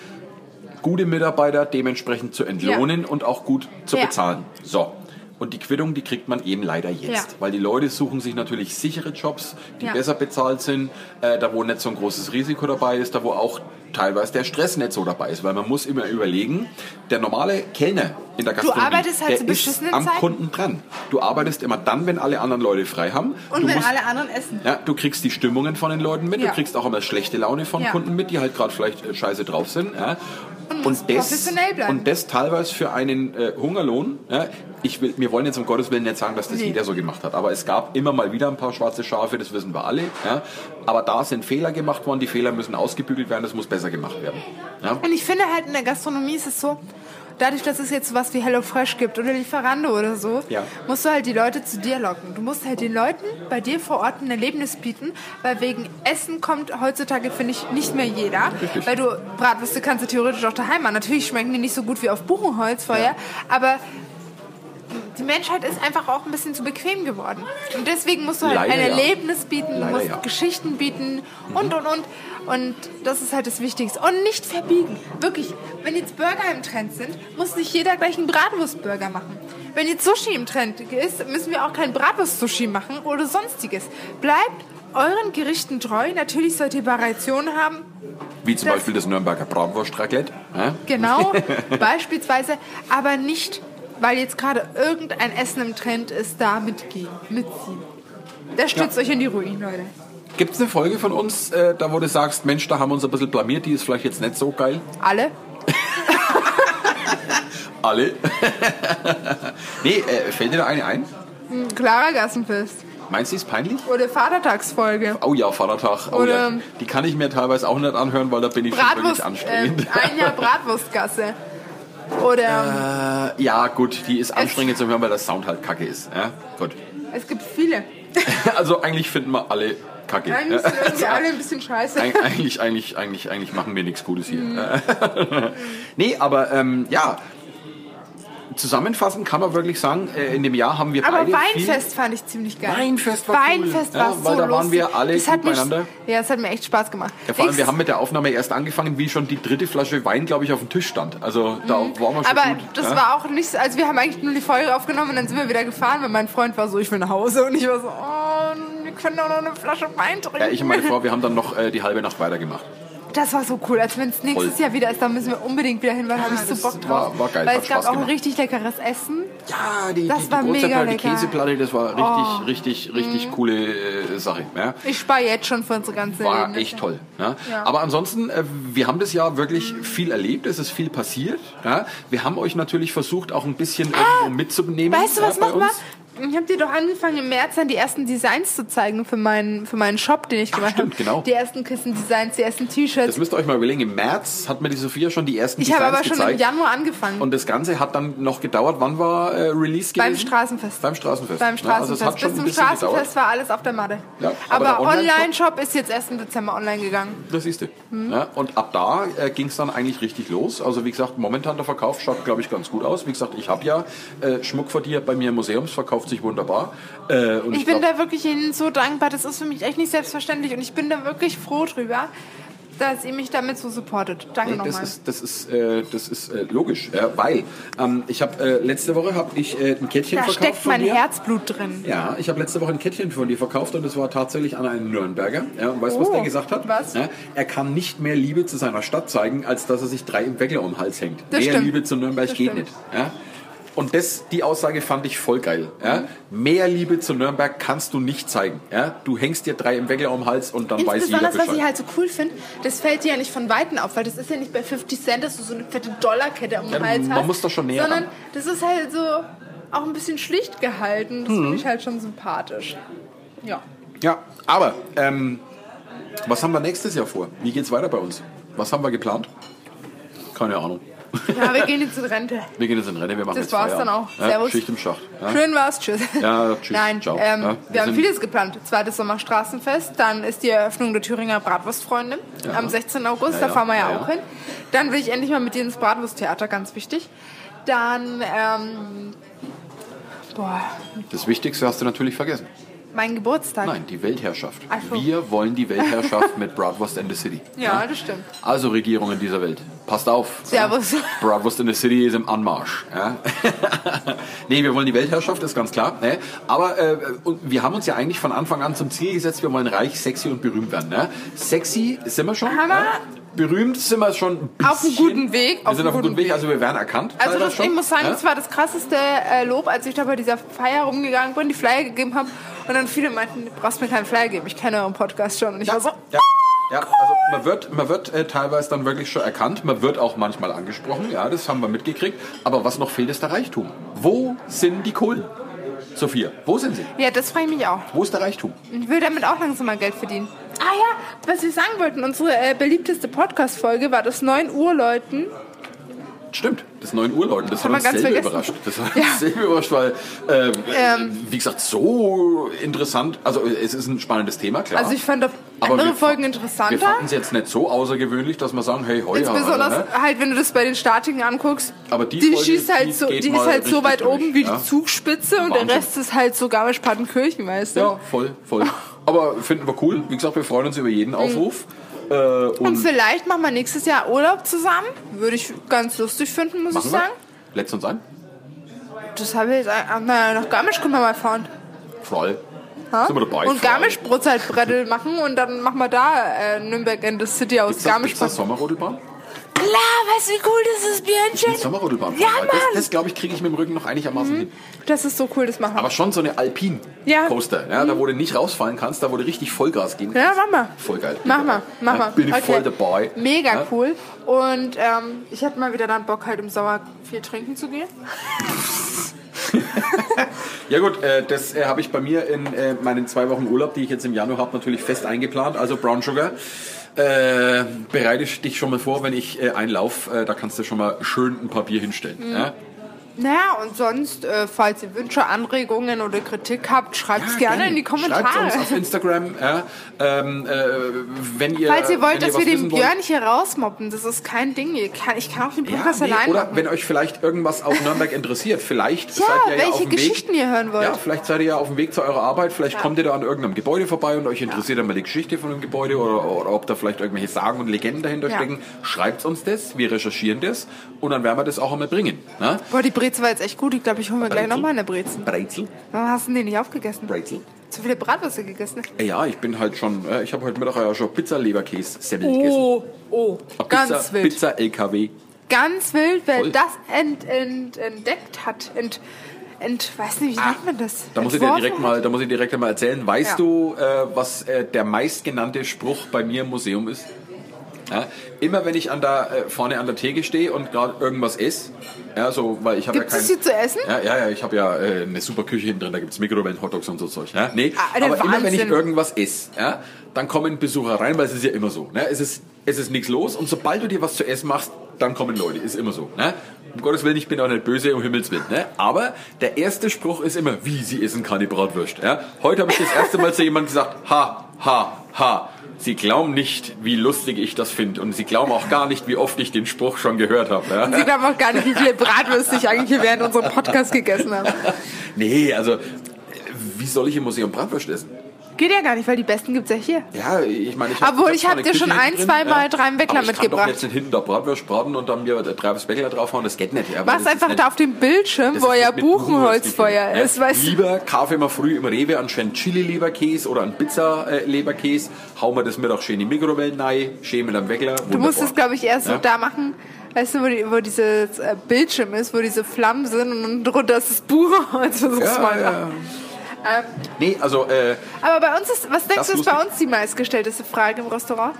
B: gute Mitarbeiter dementsprechend zu entlohnen und auch gut zu
D: Ja.
B: bezahlen. So. Und die Quittung, die kriegt man eben leider jetzt.
D: Ja.
B: Weil die Leute suchen sich natürlich sichere Jobs, die
D: Ja.
B: besser bezahlt sind, äh, da wo nicht so ein großes Risiko dabei ist, da wo auch teilweise der Stress nicht so dabei ist. Weil man muss immer überlegen, der normale Kellner in der Gastronomie,
D: arbeitest halt
B: der
D: zu
B: ist
D: beschissenen
B: am
D: Zeiten.
B: Kunden dran. Du arbeitest immer dann, wenn alle anderen Leute frei haben.
D: Und
B: du
D: wenn
B: musst-
D: alle anderen essen.
B: ja, du kriegst die Stimmungen von den Leuten mit,
D: Ja.
B: du kriegst auch immer schlechte Laune von
D: Ja.
B: Kunden mit, die halt gerade vielleicht äh, scheiße drauf sind. Ja. Und,
D: musst professionell bleiben.
B: und das teilweise für einen äh, Hungerlohn. Ja. Ich will, wir wollen jetzt um Gottes Willen nicht sagen, dass das
D: Nee.
B: jeder so gemacht hat, aber es gab immer mal wieder ein paar schwarze Schafe, das wissen wir alle. Ja. Aber da sind Fehler gemacht worden, die Fehler müssen ausgebügelt werden, das muss besser gemacht werden. Ja.
D: Und ich finde halt in der Gastronomie ist es so, dadurch, dass es jetzt sowas wie Hello Fresh gibt oder Lieferando oder so,
B: Ja.
D: musst du halt die Leute zu dir locken. Du musst halt den Leuten bei dir vor Ort ein Erlebnis bieten, weil wegen Essen kommt heutzutage, finde ich, nicht mehr jeder.
B: Richtig.
D: Weil du Bratwürste kannst du theoretisch auch daheim machen. Natürlich schmecken die nicht so gut wie auf Buchenholz vorher, aber die Menschheit ist einfach auch ein bisschen zu bequem geworden. Und deswegen musst du halt
B: Leider
D: ein
B: ja.
D: Erlebnis bieten,
B: Leider
D: du musst
B: ja. Mhm.
D: Geschichten bieten und und und. Und das ist halt das Wichtigste. Und nicht verbiegen. Wirklich, wenn jetzt Burger im Trend sind, muss nicht jeder gleich einen Bratwurstburger machen. Wenn jetzt Sushi im Trend ist, müssen wir auch kein Bratwurst-Sushi machen oder sonstiges. Bleibt euren Gerichten treu. Natürlich sollt ihr Variationen haben,
B: Wie zum
D: Das-
B: Beispiel das Nürnberger Bratwurst-Raclette. Ja.
D: Genau, beispielsweise, aber nicht, weil jetzt gerade irgendein Essen im Trend ist, da mitgehen, mitziehen. Das stützt euch in die Ruinen, Leute.
B: Gibt es eine Folge von uns, äh, da wo du sagst, Mensch, da haben wir uns ein bisschen blamiert, die ist vielleicht jetzt nicht so geil?
D: Alle?
B: Alle? nee, äh, fällt dir da eine ein?
D: Ein Klarer Gassenfest.
B: Meinst du, die ist peinlich?
D: Oder Vatertagsfolge.
B: Oh ja, Vatertag. Oh
D: Oder-
B: ja. Die kann ich mir teilweise auch nicht anhören, weil da bin ich schon
D: Bratwurst.
B: wirklich
D: Äh,
B: anstrengend.
D: ein Jahr Bratwurstgasse. Oder
B: Äh, ja, gut, die ist anstrengend zu hören, weil der Sound halt kacke ist. Ja, gut.
D: ähm, es gibt viele.
B: Also eigentlich finden wir alle kacke.
D: Eigentlich sind irgendwie
B: Ja.
D: alle ein bisschen scheiße.
B: Eig- eigentlich, eigentlich, eigentlich, eigentlich machen wir nichts Gutes hier.
D: Mhm.
B: nee, aber ähm, ja, zusammenfassend kann man wirklich sagen, äh, in dem Jahr haben wir
D: Aber
B: beide
D: Weinfest fand ich ziemlich geil.
B: Weinfest war cool.
D: Weinfest
B: Ja,
D: war so
B: weil da waren
D: lustig.
B: wir alle
D: das hat
B: gut
D: mich,
B: beieinander.
D: Ja, es hat mir echt Spaß gemacht.
B: Viel, ja, vor allem, wir
D: Nächstes-
B: haben mit der Aufnahme erst angefangen, wie schon die dritte Flasche Wein, glaube ich, auf dem Tisch stand. Also da waren wir schon
D: Mhm. Aber
B: gut.
D: das
B: ja?
D: war auch nicht, so- also wir haben eigentlich nur die Folge aufgenommen und dann sind wir wieder gefahren, weil mein Freund war so, ich will nach Hause und ich war so, oh, wir können doch noch eine Flasche Wein trinken.
B: ja, ich meine vor, wir haben dann noch äh, die halbe Nacht weitergemacht.
D: Das war so cool, als wenn es nächstes
B: Voll.
D: Jahr wieder ist, dann müssen wir unbedingt wieder hin, weil da habe ich so Bock drauf.
B: war- war geil,
D: weil
B: hat
D: es gab
B: Spaß
D: auch
B: gemacht.
D: ein richtig leckeres Essen.
B: Ja, die,
D: Das
B: die, die
D: war mega
B: Brotzeitplatte, die
D: lecker. Oh. Mhm.
B: Käseplatte, das war richtig, richtig, richtig coole äh, Sache. Ja?
D: Ich spare jetzt schon für unsere ganze
B: War
D: Erlebnisse.
B: echt toll. Ne?
D: Ja.
B: Aber ansonsten, äh, wir haben das Jahr wirklich viel erlebt, es ist viel passiert. Ja? Wir haben euch natürlich versucht, auch ein bisschen irgendwo mitzunehmen.
D: Ah! Weißt du, was
B: ja, bei
D: machen wir?
B: uns.
D: Ich habe dir doch angefangen, im März dann die ersten Designs zu zeigen für meinen, für meinen Shop, den ich gemacht habe.
B: stimmt, genau.
D: Die ersten Kissen-Designs, die ersten
B: Das
D: T-Shirts.
B: müsst ihr euch mal überlegen. Im März hat mir die Sophia schon die ersten
D: Ich habe
B: Designs
D: aber schon
B: gezeigt.
D: im Januar angefangen.
B: Und das Ganze hat dann noch gedauert. Wann war äh, Release gewesen?
D: Beim Straßenfest.
B: Beim Straßenfest.
D: Beim
B: Ja, also
D: Straßenfest.
B: es hat schon ein
D: Bis zum
B: bisschen
D: Straßenfest
B: gedauert.
D: war alles auf der Matte.
B: Ja, aber
D: aber
B: der Online-Shop-
D: Online-Shop ist jetzt erst im Dezember online gegangen.
B: Das siehst du.
D: Mhm.
B: Ja, und ab da äh, ging es dann eigentlich richtig los. Also wie gesagt, momentan der Verkauf schaut, glaube ich, ganz gut aus. Wie gesagt, ich habe ja äh, Schmuck von dir bei mir im Museum. Es verkauft sich wunderbar. Äh, und
D: Ich bin
B: glaub-
D: da wirklich Ihnen so dankbar. Das ist für mich echt nicht selbstverständlich. Und ich bin da wirklich froh drüber, dass ihr mich damit so supportet. Danke
B: Nee, das
D: nochmal.
B: ist, das ist, äh, das ist äh, logisch, äh, weil ähm, ich habe äh, letzte Woche habe ich äh, ein Kettchen
D: Da
B: verkauft
D: steckt
B: von
D: mein
B: dir.
D: Herzblut drin.
B: Ja, ich habe letzte Woche ein Kettchen von dir verkauft und es war tatsächlich an einen Nürnberger. Ja, und weißt du, was
D: Oh,
B: der gesagt hat?
D: was?
B: Ja, er kann nicht mehr Liebe zu seiner Stadt zeigen, als dass er sich drei im Weckler um den Hals hängt.
D: Das
B: mehr
D: stimmt.
B: Liebe zu Nürnberg
D: Das
B: geht
D: stimmt.
B: nicht. Ja? Und das, die Aussage fand ich voll geil. Ja? Mehr Liebe zu Nürnberg kannst du nicht zeigen. Ja? Du hängst dir drei im Weckler um den Hals und dann weiß jeder
D: Insbesondere,
B: Bescheid.
D: was ich halt so cool finde, das fällt dir ja nicht von Weitem auf, weil das ist ja nicht bei 50 Cent, dass du so eine fette Dollarkette um den
B: Ja,
D: Hals
B: man
D: hast.
B: muss doch schon näher
D: Sondern
B: ran.
D: das ist halt so auch ein bisschen schlicht gehalten.
B: Mhm.
D: Das finde ich halt schon sympathisch. Ja.
B: Ja, aber ähm, was haben wir nächstes Jahr vor? Wie geht's weiter bei uns? Was haben wir geplant? Keine Ahnung.
D: Ja, wir gehen jetzt in Rente.
B: Wir gehen jetzt in Rente, wir machen
D: Das
B: jetzt
D: war's
B: Feierabend.
D: dann auch.
B: Ja,
D: Servus.
B: Schicht im Schacht. Ja.
D: Schön war's, tschüss.
B: Ja, tschüss,
D: Nein,
B: ciao.
D: Ähm,
B: Ja,
D: wir,
B: wir sind-
D: haben vieles geplant. Zweites Sommerstraßenfest, dann ist die Eröffnung der Thüringer Bratwurstfreunde am 16. August,
B: Ja, ja.
D: da fahren wir ja,
B: Ja, ja.
D: auch hin. Dann will ich endlich mal mit dir ins Bratwursttheater, ganz wichtig. Dann, ähm, boah,
B: Das Wichtigste hast du natürlich vergessen.
D: mein Geburtstag.
B: Nein, die Weltherrschaft.
D: Ach so.
B: Wir wollen die Weltherrschaft mit Bratwurst in the City.
D: Ja, das stimmt.
B: Also Regierungen dieser Welt, passt auf.
D: Servus.
B: Bratwurst in the City ist im Anmarsch. Ja? nee, wir wollen die Weltherrschaft, ist ganz klar. Ne? Aber äh, und wir haben uns ja eigentlich von Anfang an zum Ziel gesetzt, wir wollen reich, sexy und berühmt werden. Ne? Sexy sind wir schon.
D: Haben
B: ja?
D: wir-
B: Berühmt sind wir schon ein bisschen.
D: Auf einem guten Weg,
B: Wir
D: auf
B: sind
D: einem
B: auf einem guten
D: guten
B: Weg, also wir werden erkannt.
D: Also
B: leider
D: das,
B: schon, ne.
D: ich muss sagen,
B: ja?
D: das war das krasseste äh, Lob, als ich da bei dieser Feier rumgegangen bin, die Flyer gegeben habe und dann viele meinten, du brauchst mir keinen Flyer geben, ich kenne euren Podcast schon. Und ich war so,
B: Ja, ja also man wird, man wird äh, teilweise dann wirklich schon erkannt, man wird auch manchmal angesprochen, ja, das haben wir mitgekriegt. Aber was noch fehlt, ist der Reichtum. Wo sind die Kohlen? Sophia, wo sind sie?
D: ja, das frage ich mich auch.
B: Wo ist der Reichtum?
D: Ich will damit auch langsam mal Geld verdienen. Ah ja, was wir sagen wollten, unsere äh, beliebteste Podcast-Folge war das 9 Uhr Läuten.
B: Stimmt, das 9 Uhr Leuten, das hat
D: Haben wir
B: uns
D: ganz
B: selber überrascht.
D: vergessen.
B: Das hat
D: Ja.
B: uns selber überrascht, weil, ähm, wie gesagt, so interessant, also äh, es ist ein spannendes Thema, klar.
D: Also ich fand auch
B: Aber
D: andere
B: wir fa-
D: Folgen
B: wir
D: interessanter.
B: fanden es jetzt nicht so außergewöhnlich, dass man sagen, hey, heuer. ne?
D: Insbesondere halt, wenn du das bei den Statiken anguckst,
B: Aber die Folge,
D: schießt
B: die
D: halt so,
B: geht
D: die
B: mal
D: ist halt so
B: richtig
D: weit
B: durch,
D: oben wie
B: ja.
D: die Zugspitze und
B: Wahnsinn.
D: der Rest ist halt so Garmisch-Partenkirchen, weißt du?
B: Ja, voll, voll. Aber finden wir cool. Wie gesagt, wir freuen uns über
D: Hm.
B: jeden Aufruf. Äh,
D: Und
B: und
D: vielleicht machen wir nächstes Jahr Urlaub zusammen. Würde ich ganz lustig finden, muss ich
B: machen wir.
D: sagen.
B: Let's uns ein.
D: Das habe ich jetzt. ah, Na, nach Garmisch können wir mal fahren.
B: Voll.
D: Ha?
B: Sind wir dabei.
D: und
B: voll.
D: garmisch brettl machen und dann machen wir da äh, Nürnberg in the City aus
B: Gibt's das,
D: garmisch
B: gibt's das Sommerrodelbahn?
D: Klar, weißt du, wie cool das ist,
B: Gibt's
D: Björnchen?
B: Sommerrodelbahn?
D: Ja,
B: Das,
D: Mann.
B: das glaube ich, kriege ich mit dem Rücken noch einigermaßen hin.
D: Das ist so cool, das machen wir.
B: Aber schon so eine
D: Ja. Mhm.
B: Alpin-Coaster. Ja. da wo du nicht rausfallen kannst, da wo du richtig Vollgas gehen
D: Ja,
B: kannst.
D: mach mal.
B: Voll geil. Bin
D: Mach
B: dabei.
D: mal, mach
B: Ja,
D: mal.
B: Bin ich voll dabei.
D: Mega
B: Ja.
D: cool. Und ähm, ich hatte mal wieder dann Bock, halt im Sommer viel trinken zu gehen.
B: Ja gut, äh, das äh, habe ich bei mir in äh, meinen zwei Wochen Urlaub, die ich jetzt im Januar habe, natürlich fest eingeplant. Also Brown Sugar, äh, bereite dich schon mal vor, wenn ich äh, einlauf. Äh, da kannst du schon mal schön ein paar Bier hinstellen.
D: Mhm.
B: Ja?
D: Naja, und sonst, äh, falls ihr Wünsche, Anregungen oder Kritik habt, schreibt es
B: Ja,
D: gerne, in die Kommentare.
B: Schreibt Ah, uns auf Instagram, ja, ähm, äh, wenn ihr
D: Falls ihr wollt,
B: wenn
D: dass wir
B: was
D: den
B: wissen wollt.
D: Björn hier rausmoppen, das ist kein Ding. Ich kann, ich kann auch den
B: ja,
D: Podcast
B: nee,
D: allein
B: oder
D: machen.
B: wenn euch vielleicht irgendwas aus Nürnberg interessiert, vielleicht
D: Ja,
B: seid ihr ja
D: welche
B: auf dem
D: Geschichten
B: Weg.
D: ihr hören wollt.
B: Ja, vielleicht seid ihr ja auf dem Weg zu eurer Arbeit, vielleicht kommt ihr da an irgendeinem Gebäude vorbei und euch interessiert dann mal die Geschichte von dem Gebäude oder, oder ob da vielleicht irgendwelche Sagen und Legenden dahinter
D: Ja.
B: stecken. Schreibt uns das, wir recherchieren das und dann werden wir das auch einmal bringen. Ne?
D: Boah, die Brezel war jetzt echt gut. Ich glaube, ich hole mir gleich
B: Brezel?
D: nochmal eine Brezel.
B: Brezel?
D: Warum hast du denn die nicht aufgegessen?
B: Brezel?
D: Zu viele Bratwürste gegessen.
B: Ja, ich bin halt schon, äh, ich habe heute Mittag ja schon Pizza Leberkäse Semmel gegessen.
D: Oh, oh,
B: Pizza,
D: ganz wild.
B: Pizza LKW.
D: Ganz wild, wer
B: Voll.
D: das ent, ent, entdeckt hat. Ent, ent, weiß nicht, wie nennt man das?
B: Ah, Da muss, ich dir
D: Entworfen
B: direkt
D: hat.
B: mal, da muss ich dir direkt mal erzählen. Weißt
D: Ja.
B: du, äh, was äh, der meistgenannte Spruch bei mir im Museum ist? Ja, immer wenn ich an der, äh, vorne an der Theke stehe und gerade irgendwas esse, ja, so, weil ich habe ja
D: Gibt's das
B: kein-
D: hier zu essen?
B: Ja, ja, ja ich habe ja äh, eine super Küche hinten drin, da gibt's Mikrowellen, Hotdogs und so Zeug. Ja? Nee,
D: Ah, der
B: aber immer wenn ich
D: Wahnsinn.
B: irgendwas esse, ja, dann kommen Besucher rein, weil es ist ja immer so. Ne? Es ist, es ist nichts los und sobald du dir was zu essen machst, dann kommen Leute, ist immer so. Ne? Um Gottes Willen, ich bin auch nicht böse, um Himmels Willen. Ne? Aber der erste Spruch ist immer, wie, sie essen keine Bratwurst. Ja? Heute habe ich das erste Mal zu jemandem gesagt, ha, ha, ha. Sie glauben nicht, wie lustig ich das finde. Und sie glauben auch gar nicht, wie oft ich den Spruch schon gehört habe. Ja?
D: Sie glauben auch gar nicht, wie viele Bratwürste ich eigentlich hier während unserem Podcast gegessen habe.
B: Nee, also, äh, wie soll ich im Museum Bratwurst essen?
D: Geht ja gar nicht, weil die besten gibt's ja hier.
B: Ja, ich meine, ich
D: Obwohl, ich
B: zwar
D: hab
B: eine
D: dir
B: Küche
D: schon
B: hinten
D: ein,
B: drin,
D: zweimal
B: ja,
D: drei Weckler
B: aber ich kann
D: mitgebracht.
B: doch jetzt nicht hinten da Bratwurst braten und dann mir da drei Weckler draufhauen, das geht nicht. Ja, weil
D: Mach's
B: das ist
D: einfach
B: nicht-
D: da auf dem Bildschirm,
B: das
D: wo
B: ist
D: ja
B: nicht mit
D: Buchenholzfeuer
B: Buchenholz
D: ist,
B: gefühlt,
D: weißt
B: ne?
D: du.
B: Lieber kaufe ich mal früh im Rewe anscheinend Chili-Leberkäse oder einen Pizza-Leberkäse, hau mir das mir doch schön in die Mikrowellen rein, schön mit einem Weckler.
D: Du musst es, glaube ich, erst so
B: Ja.
D: da machen, Weißt du, wo, die, wo dieses äh, Bildschirm ist, wo diese Flammen sind und dann drunter ist das Buchholz. Das ist mal
B: ja.
D: Ähm.
B: Nee, also äh,
D: Aber bei uns ist, was denkst
B: Das
D: du, ist
B: lustig.
D: bei uns die meistgestellteste Frage im Restaurant?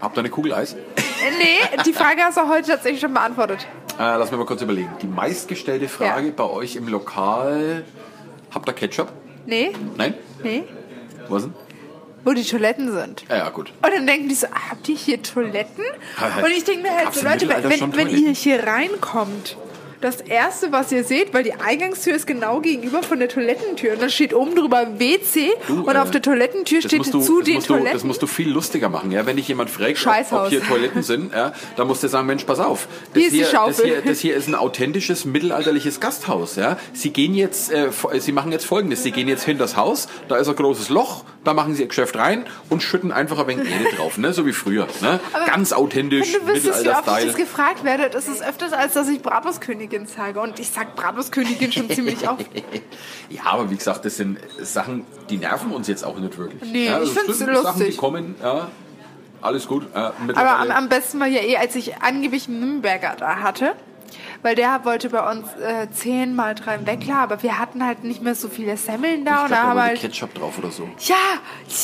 B: habt ihr eine Kugel Eis?
D: Äh, Nee, die Frage hast du heute tatsächlich schon beantwortet.
B: Äh, lass mich mal kurz überlegen. Die meistgestellte Frage bei euch im Lokal: Habt ihr Ketchup?
D: Nee,
B: Nein?
D: nee,
B: Was denn?
D: wo die Toiletten sind.
B: Ja, ja, gut.
D: Und dann denken die so, ah, habt ihr hier Toiletten?
B: Ja, halt.
D: Und ich denke mir halt
B: Gab's im
D: so, Leute,
B: Mittelalter
D: wenn,
B: schon
D: wenn, wenn
B: Toiletten?
D: ihr hier reinkommt, das Erste, was ihr seht, weil die Eingangstür ist genau gegenüber von der Toilettentür und dann steht oben drüber WC
B: Du,
D: und
B: äh,
D: auf der Toilettentür
B: Das
D: steht
B: musst du,
D: zu
B: das
D: den
B: musst du, das
D: Toiletten.
B: musst du viel lustiger machen, ja. Wenn dich jemand fragt, ob, ob
D: Scheißhaus.
B: hier Toiletten sind, ja, dann musst du sagen, Mensch, pass auf. Das
D: Hier ist die
B: das,
D: Schaufel.
B: hier, das hier ist ein authentisches mittelalterliches Gasthaus, ja. Sie gehen jetzt, äh, fo- äh, sie machen jetzt Folgendes. Sie gehen jetzt hinter das Haus, da ist ein großes Loch, da machen sie ihr Geschäft rein und schütten einfach ein wenig Erde drauf, ne? So wie früher, ne?
D: Aber
B: Ganz authentisch,
D: Wenn du wüsstest, wie oft ich das
B: Mittelalter-Style.
D: gefragt werde, das ist öfters, als dass ich Bratwurstkönigin sage. Und ich sag Bratwurstkönigin schon ziemlich oft.
B: Ja, aber wie gesagt, das sind Sachen, die nerven uns jetzt auch nicht wirklich.
D: Nee,
B: ja,
D: ich
B: das
D: find's
B: sind Sachen,
D: lustig.
B: die kommen, ja. Alles gut. äh, Ja,
D: Aber am,
B: mittlerweile-
D: am besten war ja eh, als ich angeblich einen Nürnberger da hatte. Weil der wollte bei uns äh, 10 mal 3 Weckler, aber wir hatten halt nicht mehr so viele Semmeln da.
B: Ich
D: und
B: glaub,
D: da haben
B: da
D: wir
B: war
D: halt,
B: Ketchup drauf oder so.
D: ja,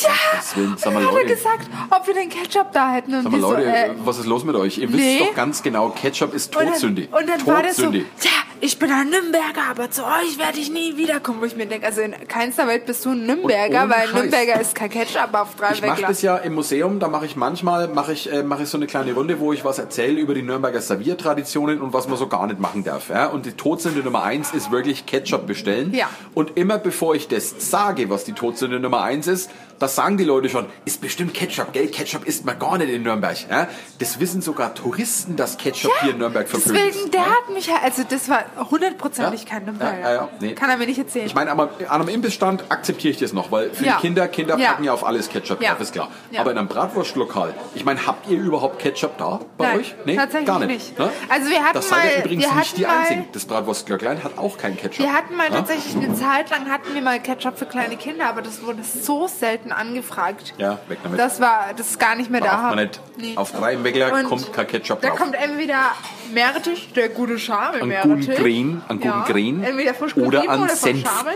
D: ja.
B: Deswegen,
D: Und
B: sag
D: dann
B: mal,
D: hat er
B: Leute.
D: gesagt, ob wir den Ketchup da hätten. Und
B: Sag mal,
D: wir
B: Leute,
D: so, äh,
B: was ist los mit euch? Ihr
D: nee.
B: wisst doch ganz genau, Ketchup ist
D: und dann-
B: Todsünde.
D: Und dann war das so,
B: Todsünde.
D: ja, ich bin ein Nürnberger, aber zu euch werde ich nie wiederkommen. Wo ich mir denke, also in keinster Welt bist du ein Nürnberger,
B: ohne
D: weil
B: Scheiß.
D: Nürnberger ist kein Ketchup auf 3
B: Ich mache
D: Weckler.
B: das ja im Museum, da mache ich manchmal mache ich, äh, mache ich so eine kleine Runde, wo ich was erzähle über die Nürnberger Serviertraditionen und was man so gar nicht machen darf. Ja? Und die Todsünde Nummer eins ist wirklich Ketchup bestellen.
D: Ja.
B: Und immer bevor ich das sage, was die Todsünde Nummer eins ist, das sagen die Leute schon, ist bestimmt Ketchup, gell? Ketchup isst man gar nicht in Nürnberg. Ja? Das wissen sogar Touristen, dass Ketchup hier in Nürnberg verpönt ist.
D: Deswegen, der hat mich halt, also das war hundertprozentig kein Nürnberger.
B: Ja, ja, ja, nee.
D: Kann er mir nicht erzählen.
B: Ich meine, aber an einem Imbissstand akzeptiere ich das noch, weil für
D: Ja.
B: die Kinder, Kinder
D: Ja.
B: packen ja auf alles Ketchup
D: Ja.
B: drauf, ist klar.
D: Ja.
B: Aber in einem Bratwurstlokal, ich meine, habt ihr überhaupt Ketchup da bei
D: Nein,
B: euch?
D: tatsächlich
B: gar nicht. ne?
D: nicht. Also wir hatten
B: das seid ihr
D: mal-
B: übrigens
D: wir
B: nicht
D: hatten
B: die
D: mal-
B: Einzigen. Das Bratwurstglöcklein hat auch keinen Ketchup. Ne?
D: wir hatten mal
B: Ja?
D: tatsächlich eine Zeit lang hatten wir mal Ketchup für kleine Kinder, aber das wurde so selten angefragt.
B: Ja, weg damit.
D: Das war, das ist gar nicht mehr
B: Darf
D: da.
B: man nicht. Auf drei im Weckler kommt kein Ketchup
D: Da
B: drauf.
D: kommt entweder Meerrettich, der gute Schamel,
B: Einen
D: Meerrettich.
B: guten Grün, einen guten Grün.
D: Entweder frisch
B: Oder
D: gerieben
B: einen
D: oder von
B: Senf.
D: Schamel.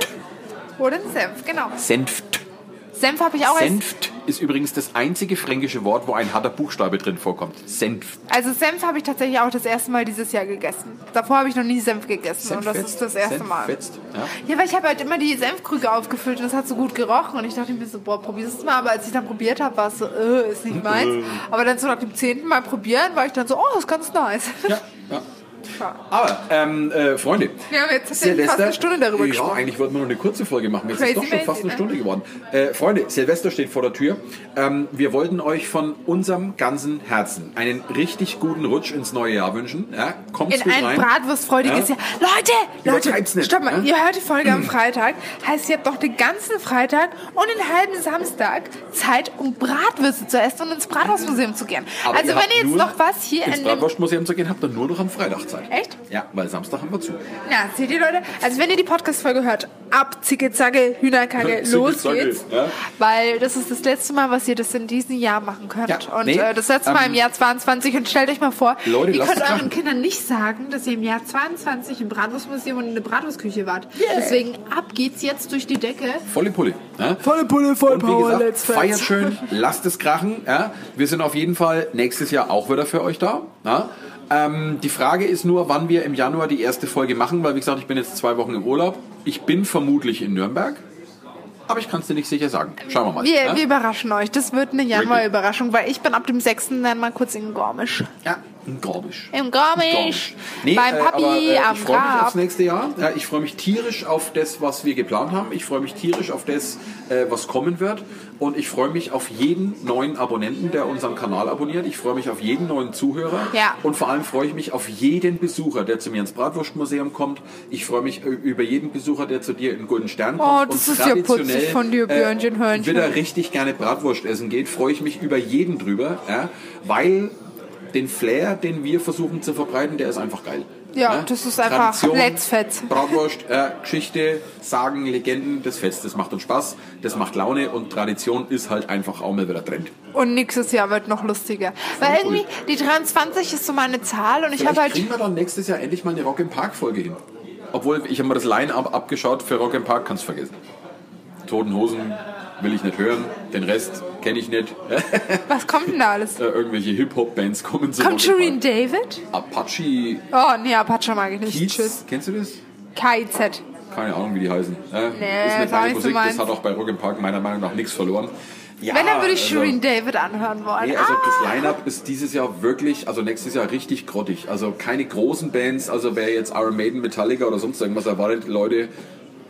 D: Oder ein Senf, genau.
B: Senft.
D: Senf habe ich auch als,
B: Senft ist übrigens das einzige fränkische Wort, wo ein harter Buchstabe drin vorkommt. Senft.
D: also Senf habe ich tatsächlich auch das erste Mal dieses Jahr gegessen. Davor habe ich noch nie Senf gegessen und das
B: Senfetzt.
D: ist das erste Mal.
B: Senfetzt, Ja.
D: Ja, weil ich habe halt immer die Senfkrüge aufgefüllt und es hat so gut gerochen und ich dachte mir so, boah, probier's mal. Aber als ich dann probiert habe, war es so, äh, ist nicht meins. Aber dann so nach dem zehnten Mal probieren, war ich dann so, oh, ist ganz nice.
B: Ja, ja. Aber, ähm, äh, Freunde.
D: Wir haben jetzt tatsächlich fast eine Stunde darüber
B: ja,
D: gesprochen.
B: eigentlich wollten wir noch eine kurze Folge machen. Jetzt ist
D: Crazy
B: doch schon
D: Maisie,
B: fast eine
D: ne?
B: Stunde geworden. Äh, Freunde, Silvester steht vor der Tür. Ähm, wir wollten euch von unserem ganzen Herzen einen richtig guten Rutsch ins neue Jahr wünschen. Ja, kommt
D: In
B: gut
D: ein
B: rein.
D: bratwurstfreudiges
B: Ja.
D: Jahr. Leute,
B: Übertreib's
D: Leute,
B: nicht,
D: stopp mal.
B: ne?
D: Ihr hört die Folge am Freitag. Heißt, ihr habt noch den ganzen Freitag und den halben Samstag Zeit, um Bratwürste zu essen und ins Bratwurstmuseum zu gehen.
B: Aber
D: also, wenn
B: habt
D: ihr jetzt
B: nur
D: noch was hier
B: ins
D: in dem...
B: Bratwurstmuseum zu gehen, habt ihr nur noch am Freitag Zeit.
D: Echt?
B: Ja, weil Samstag haben wir zu.
D: Na, seht ihr, Leute? Also, wenn ihr die Podcast-Folge hört, ab, zicke, zacke, Hühnerkacke,
B: Zicke,
D: los
B: zacke,
D: geht's.
B: ja.
D: Weil das ist das letzte Mal, was ihr das in diesem Jahr machen könnt.
B: Ja,
D: und
B: nee,
D: äh, das letzte Mal
B: ähm,
D: im Jahr 22. Und stellt euch mal vor,
B: Leute,
D: ihr
B: lasst
D: könnt
B: es krachen.
D: euren Kindern nicht sagen, dass ihr im Jahr 22 im Bratwurstmuseum und in der Bratwurstküche wart. Deswegen, ab geht's jetzt durch die Decke.
B: Volle Pulle. Ja?
E: Volle Pulle, voll
B: Und wie gesagt, feiert schön, lasst es krachen. Ja? Wir sind auf jeden Fall nächstes Jahr auch wieder für euch da. Ja? Ähm, die Frage ist nur, wann wir im Januar die erste Folge machen, weil wie gesagt, ich bin jetzt zwei Wochen im Urlaub. Ich bin vermutlich in Nürnberg, aber ich kann es dir nicht sicher sagen. Schauen wir mal.
D: Wir,
B: ja?
D: wir überraschen euch. Das wird eine Januar-Überraschung, weil ich bin ab dem 6. dann mal kurz in Gormisch.
B: ja, in Gorbisch.
D: Im
B: Gormisch.
D: Gormisch. Beim
B: äh,
D: Papi
B: aber, äh,
D: am
B: ich freue mich aufs
D: Grab.
B: nächste Jahr. Ja, ich freue mich tierisch auf das, was wir geplant haben. Ich freue mich tierisch auf das, äh, was kommen wird. Und ich freue mich auf jeden neuen Abonnenten, der unseren Kanal abonniert. Ich freue mich auf jeden neuen Zuhörer.
D: Ja.
B: Und vor allem freue ich mich auf jeden Besucher, der zu mir ins Bratwurstmuseum kommt. Ich freue mich äh, über jeden Besucher, der zu dir in Golden Stern kommt.
D: Oh, das ist ja putzig
B: traditionell, äh,
D: von dir, Björnchen, Hörnchen.
B: Wieder richtig gerne Bratwurst essen geht, freue ich mich über jeden drüber, ja, weil den Flair, den wir versuchen zu verbreiten, der ist einfach geil.
D: Ja,
B: ne?
D: das ist einfach
B: Tradition,
D: Letzfett.
B: Bratwurst, äh, Geschichte, Sagen, Legenden des Festes. Das macht uns Spaß, das macht Laune und Tradition ist halt einfach auch mal wieder Trend.
D: Und nächstes Jahr wird noch lustiger. Weil irgendwie, die 23 ist so meine Zahl und ich
B: Vielleicht
D: habe halt.
B: kriegen wir dann nächstes Jahr endlich mal eine Rock im Park Folge hin. Obwohl, ich habe mir das Line-Up abgeschaut für Rock im Park, kannst vergessen. Toten Hosen will ich nicht hören, den Rest kenne ich nicht.
D: Was kommt denn da alles?
B: Äh, irgendwelche Hip-Hop-Bands kommen so.
I: Äh,
D: Kommt Shireen David?
B: Apache
D: Oh, nee, Apache mag ich nicht. Tschüss.
B: Kids, kennst du das?
D: KIZ.
B: Keine Ahnung, wie die heißen. Äh,
D: Nee,
B: ist
D: ist auch
B: meine
D: nicht so
B: Musik, das
D: meins.
B: hat auch bei Rock im Park meiner Meinung nach nichts verloren. Ja,
D: Wenn,
I: Ah,
D: dann würde ich
B: also-
D: Shireen David anhören wollen.
B: Nee, also
D: ah,
B: das Line-Up ist dieses Jahr wirklich, also nächstes Jahr richtig grottig. Also keine großen Bands, also wer jetzt Iron Maiden, Metallica oder sonst irgendwas erwartet, Leute,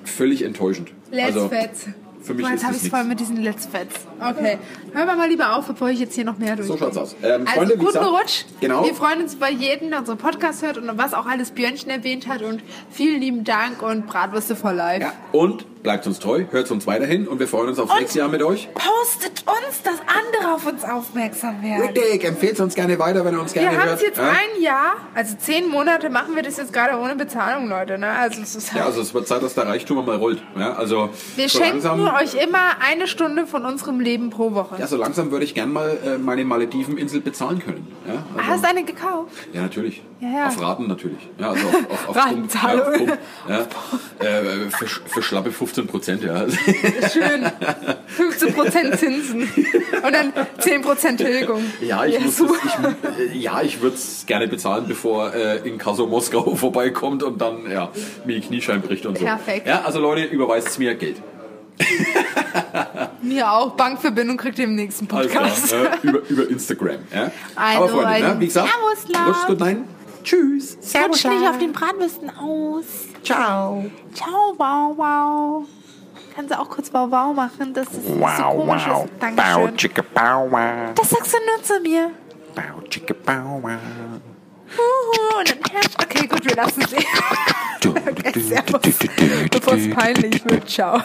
B: völlig enttäuschend.
G: Let's
B: also,
G: Fets.
B: Für mich
D: Boah,
B: ist
D: jetzt habe
B: das
D: ich es voll
B: nichts.
D: mit diesen Letzfets. Okay. Hören wir mal lieber auf, bevor ich jetzt hier noch mehr durch.
B: So schaut's aus. Ähm,
D: Also
B: Freunde, wie
D: guten
B: gesagt,
D: Rutsch.
B: Genau.
D: Wir freuen uns bei jedem, der unseren Podcast hört und was auch alles Björnchen erwähnt hat. Und vielen lieben Dank und Bratwürste for Life.
B: ja, und bleibt uns treu, hört uns weiterhin und wir freuen uns aufs nächste Jahr mit euch.
H: Postet uns, dass andere auf uns aufmerksam werden.
B: Richtig, empfehlt uns gerne weiter, wenn ihr uns gerne
D: Wir haben
B: hört.
D: es jetzt
B: ja?
D: ein Jahr, also zehn Monate machen wir das jetzt gerade ohne Bezahlung, Leute. Ne? Also es ist
B: ja, also es wird Zeit, dass der Reichtum mal rollt. Ja, also
D: wir
B: so
D: schenken
B: langsam,
D: euch immer eine Stunde von unserem Leben pro Woche.
B: Ja, so langsam würde ich gern mal äh, meine Malediveninsel bezahlen können. Ja, also-
D: Hast du eine gekauft?
B: Ja, natürlich.
D: Ja, ja.
B: Auf Raten natürlich. Ja, also auf, auf, auf Pump.
D: Ratenzahlung.
B: Ja, auf Pump. Ja. Äh, für, sch- für schlappe 15 Prozent, ja.
D: Schön. 15% Zinsen. Und dann 10% Tilgung.
B: Ja, ich, muss das,
D: super.
B: ich, mu- äh, ja, ich würde es gerne bezahlen, bevor äh, Inkasso Moskau vorbeikommt und dann ja, mir die Kniescheiben bricht und so.
D: Perfekt.
B: Ja, also Leute, überweist mir Geld.
D: Mir auch. Bankverbindung kriegt ihr im nächsten
B: Alles klar.
D: Podcast.
B: Ja, Also, äh, über, über Instagram. Ja.
D: Also,
B: Aber Freunde, ne, wie gesagt,
D: Servus, Love.
B: rutscht's gut rein. Tschüss.
D: Rutscht nicht auf den Bratwürsten aus. Ciao. Ciao, wow, wow. Kannst du auch kurz wow, wow machen? Das ist wow, so komisch. Wow.
I: Bow,
D: Dankeschön.
I: chicka, bow, wow.
D: Das sagst du nur zu mir.
I: Bow, chicka, bow, wow.
D: Huhu, und dann- Okay, gut, wir lassen es eh.
I: Du, du, du, du, du,
D: Okay,
I: du,
D: servus.
I: du, du, du,
D: Bevor es
I: du,
D: peinlich wird, ciao.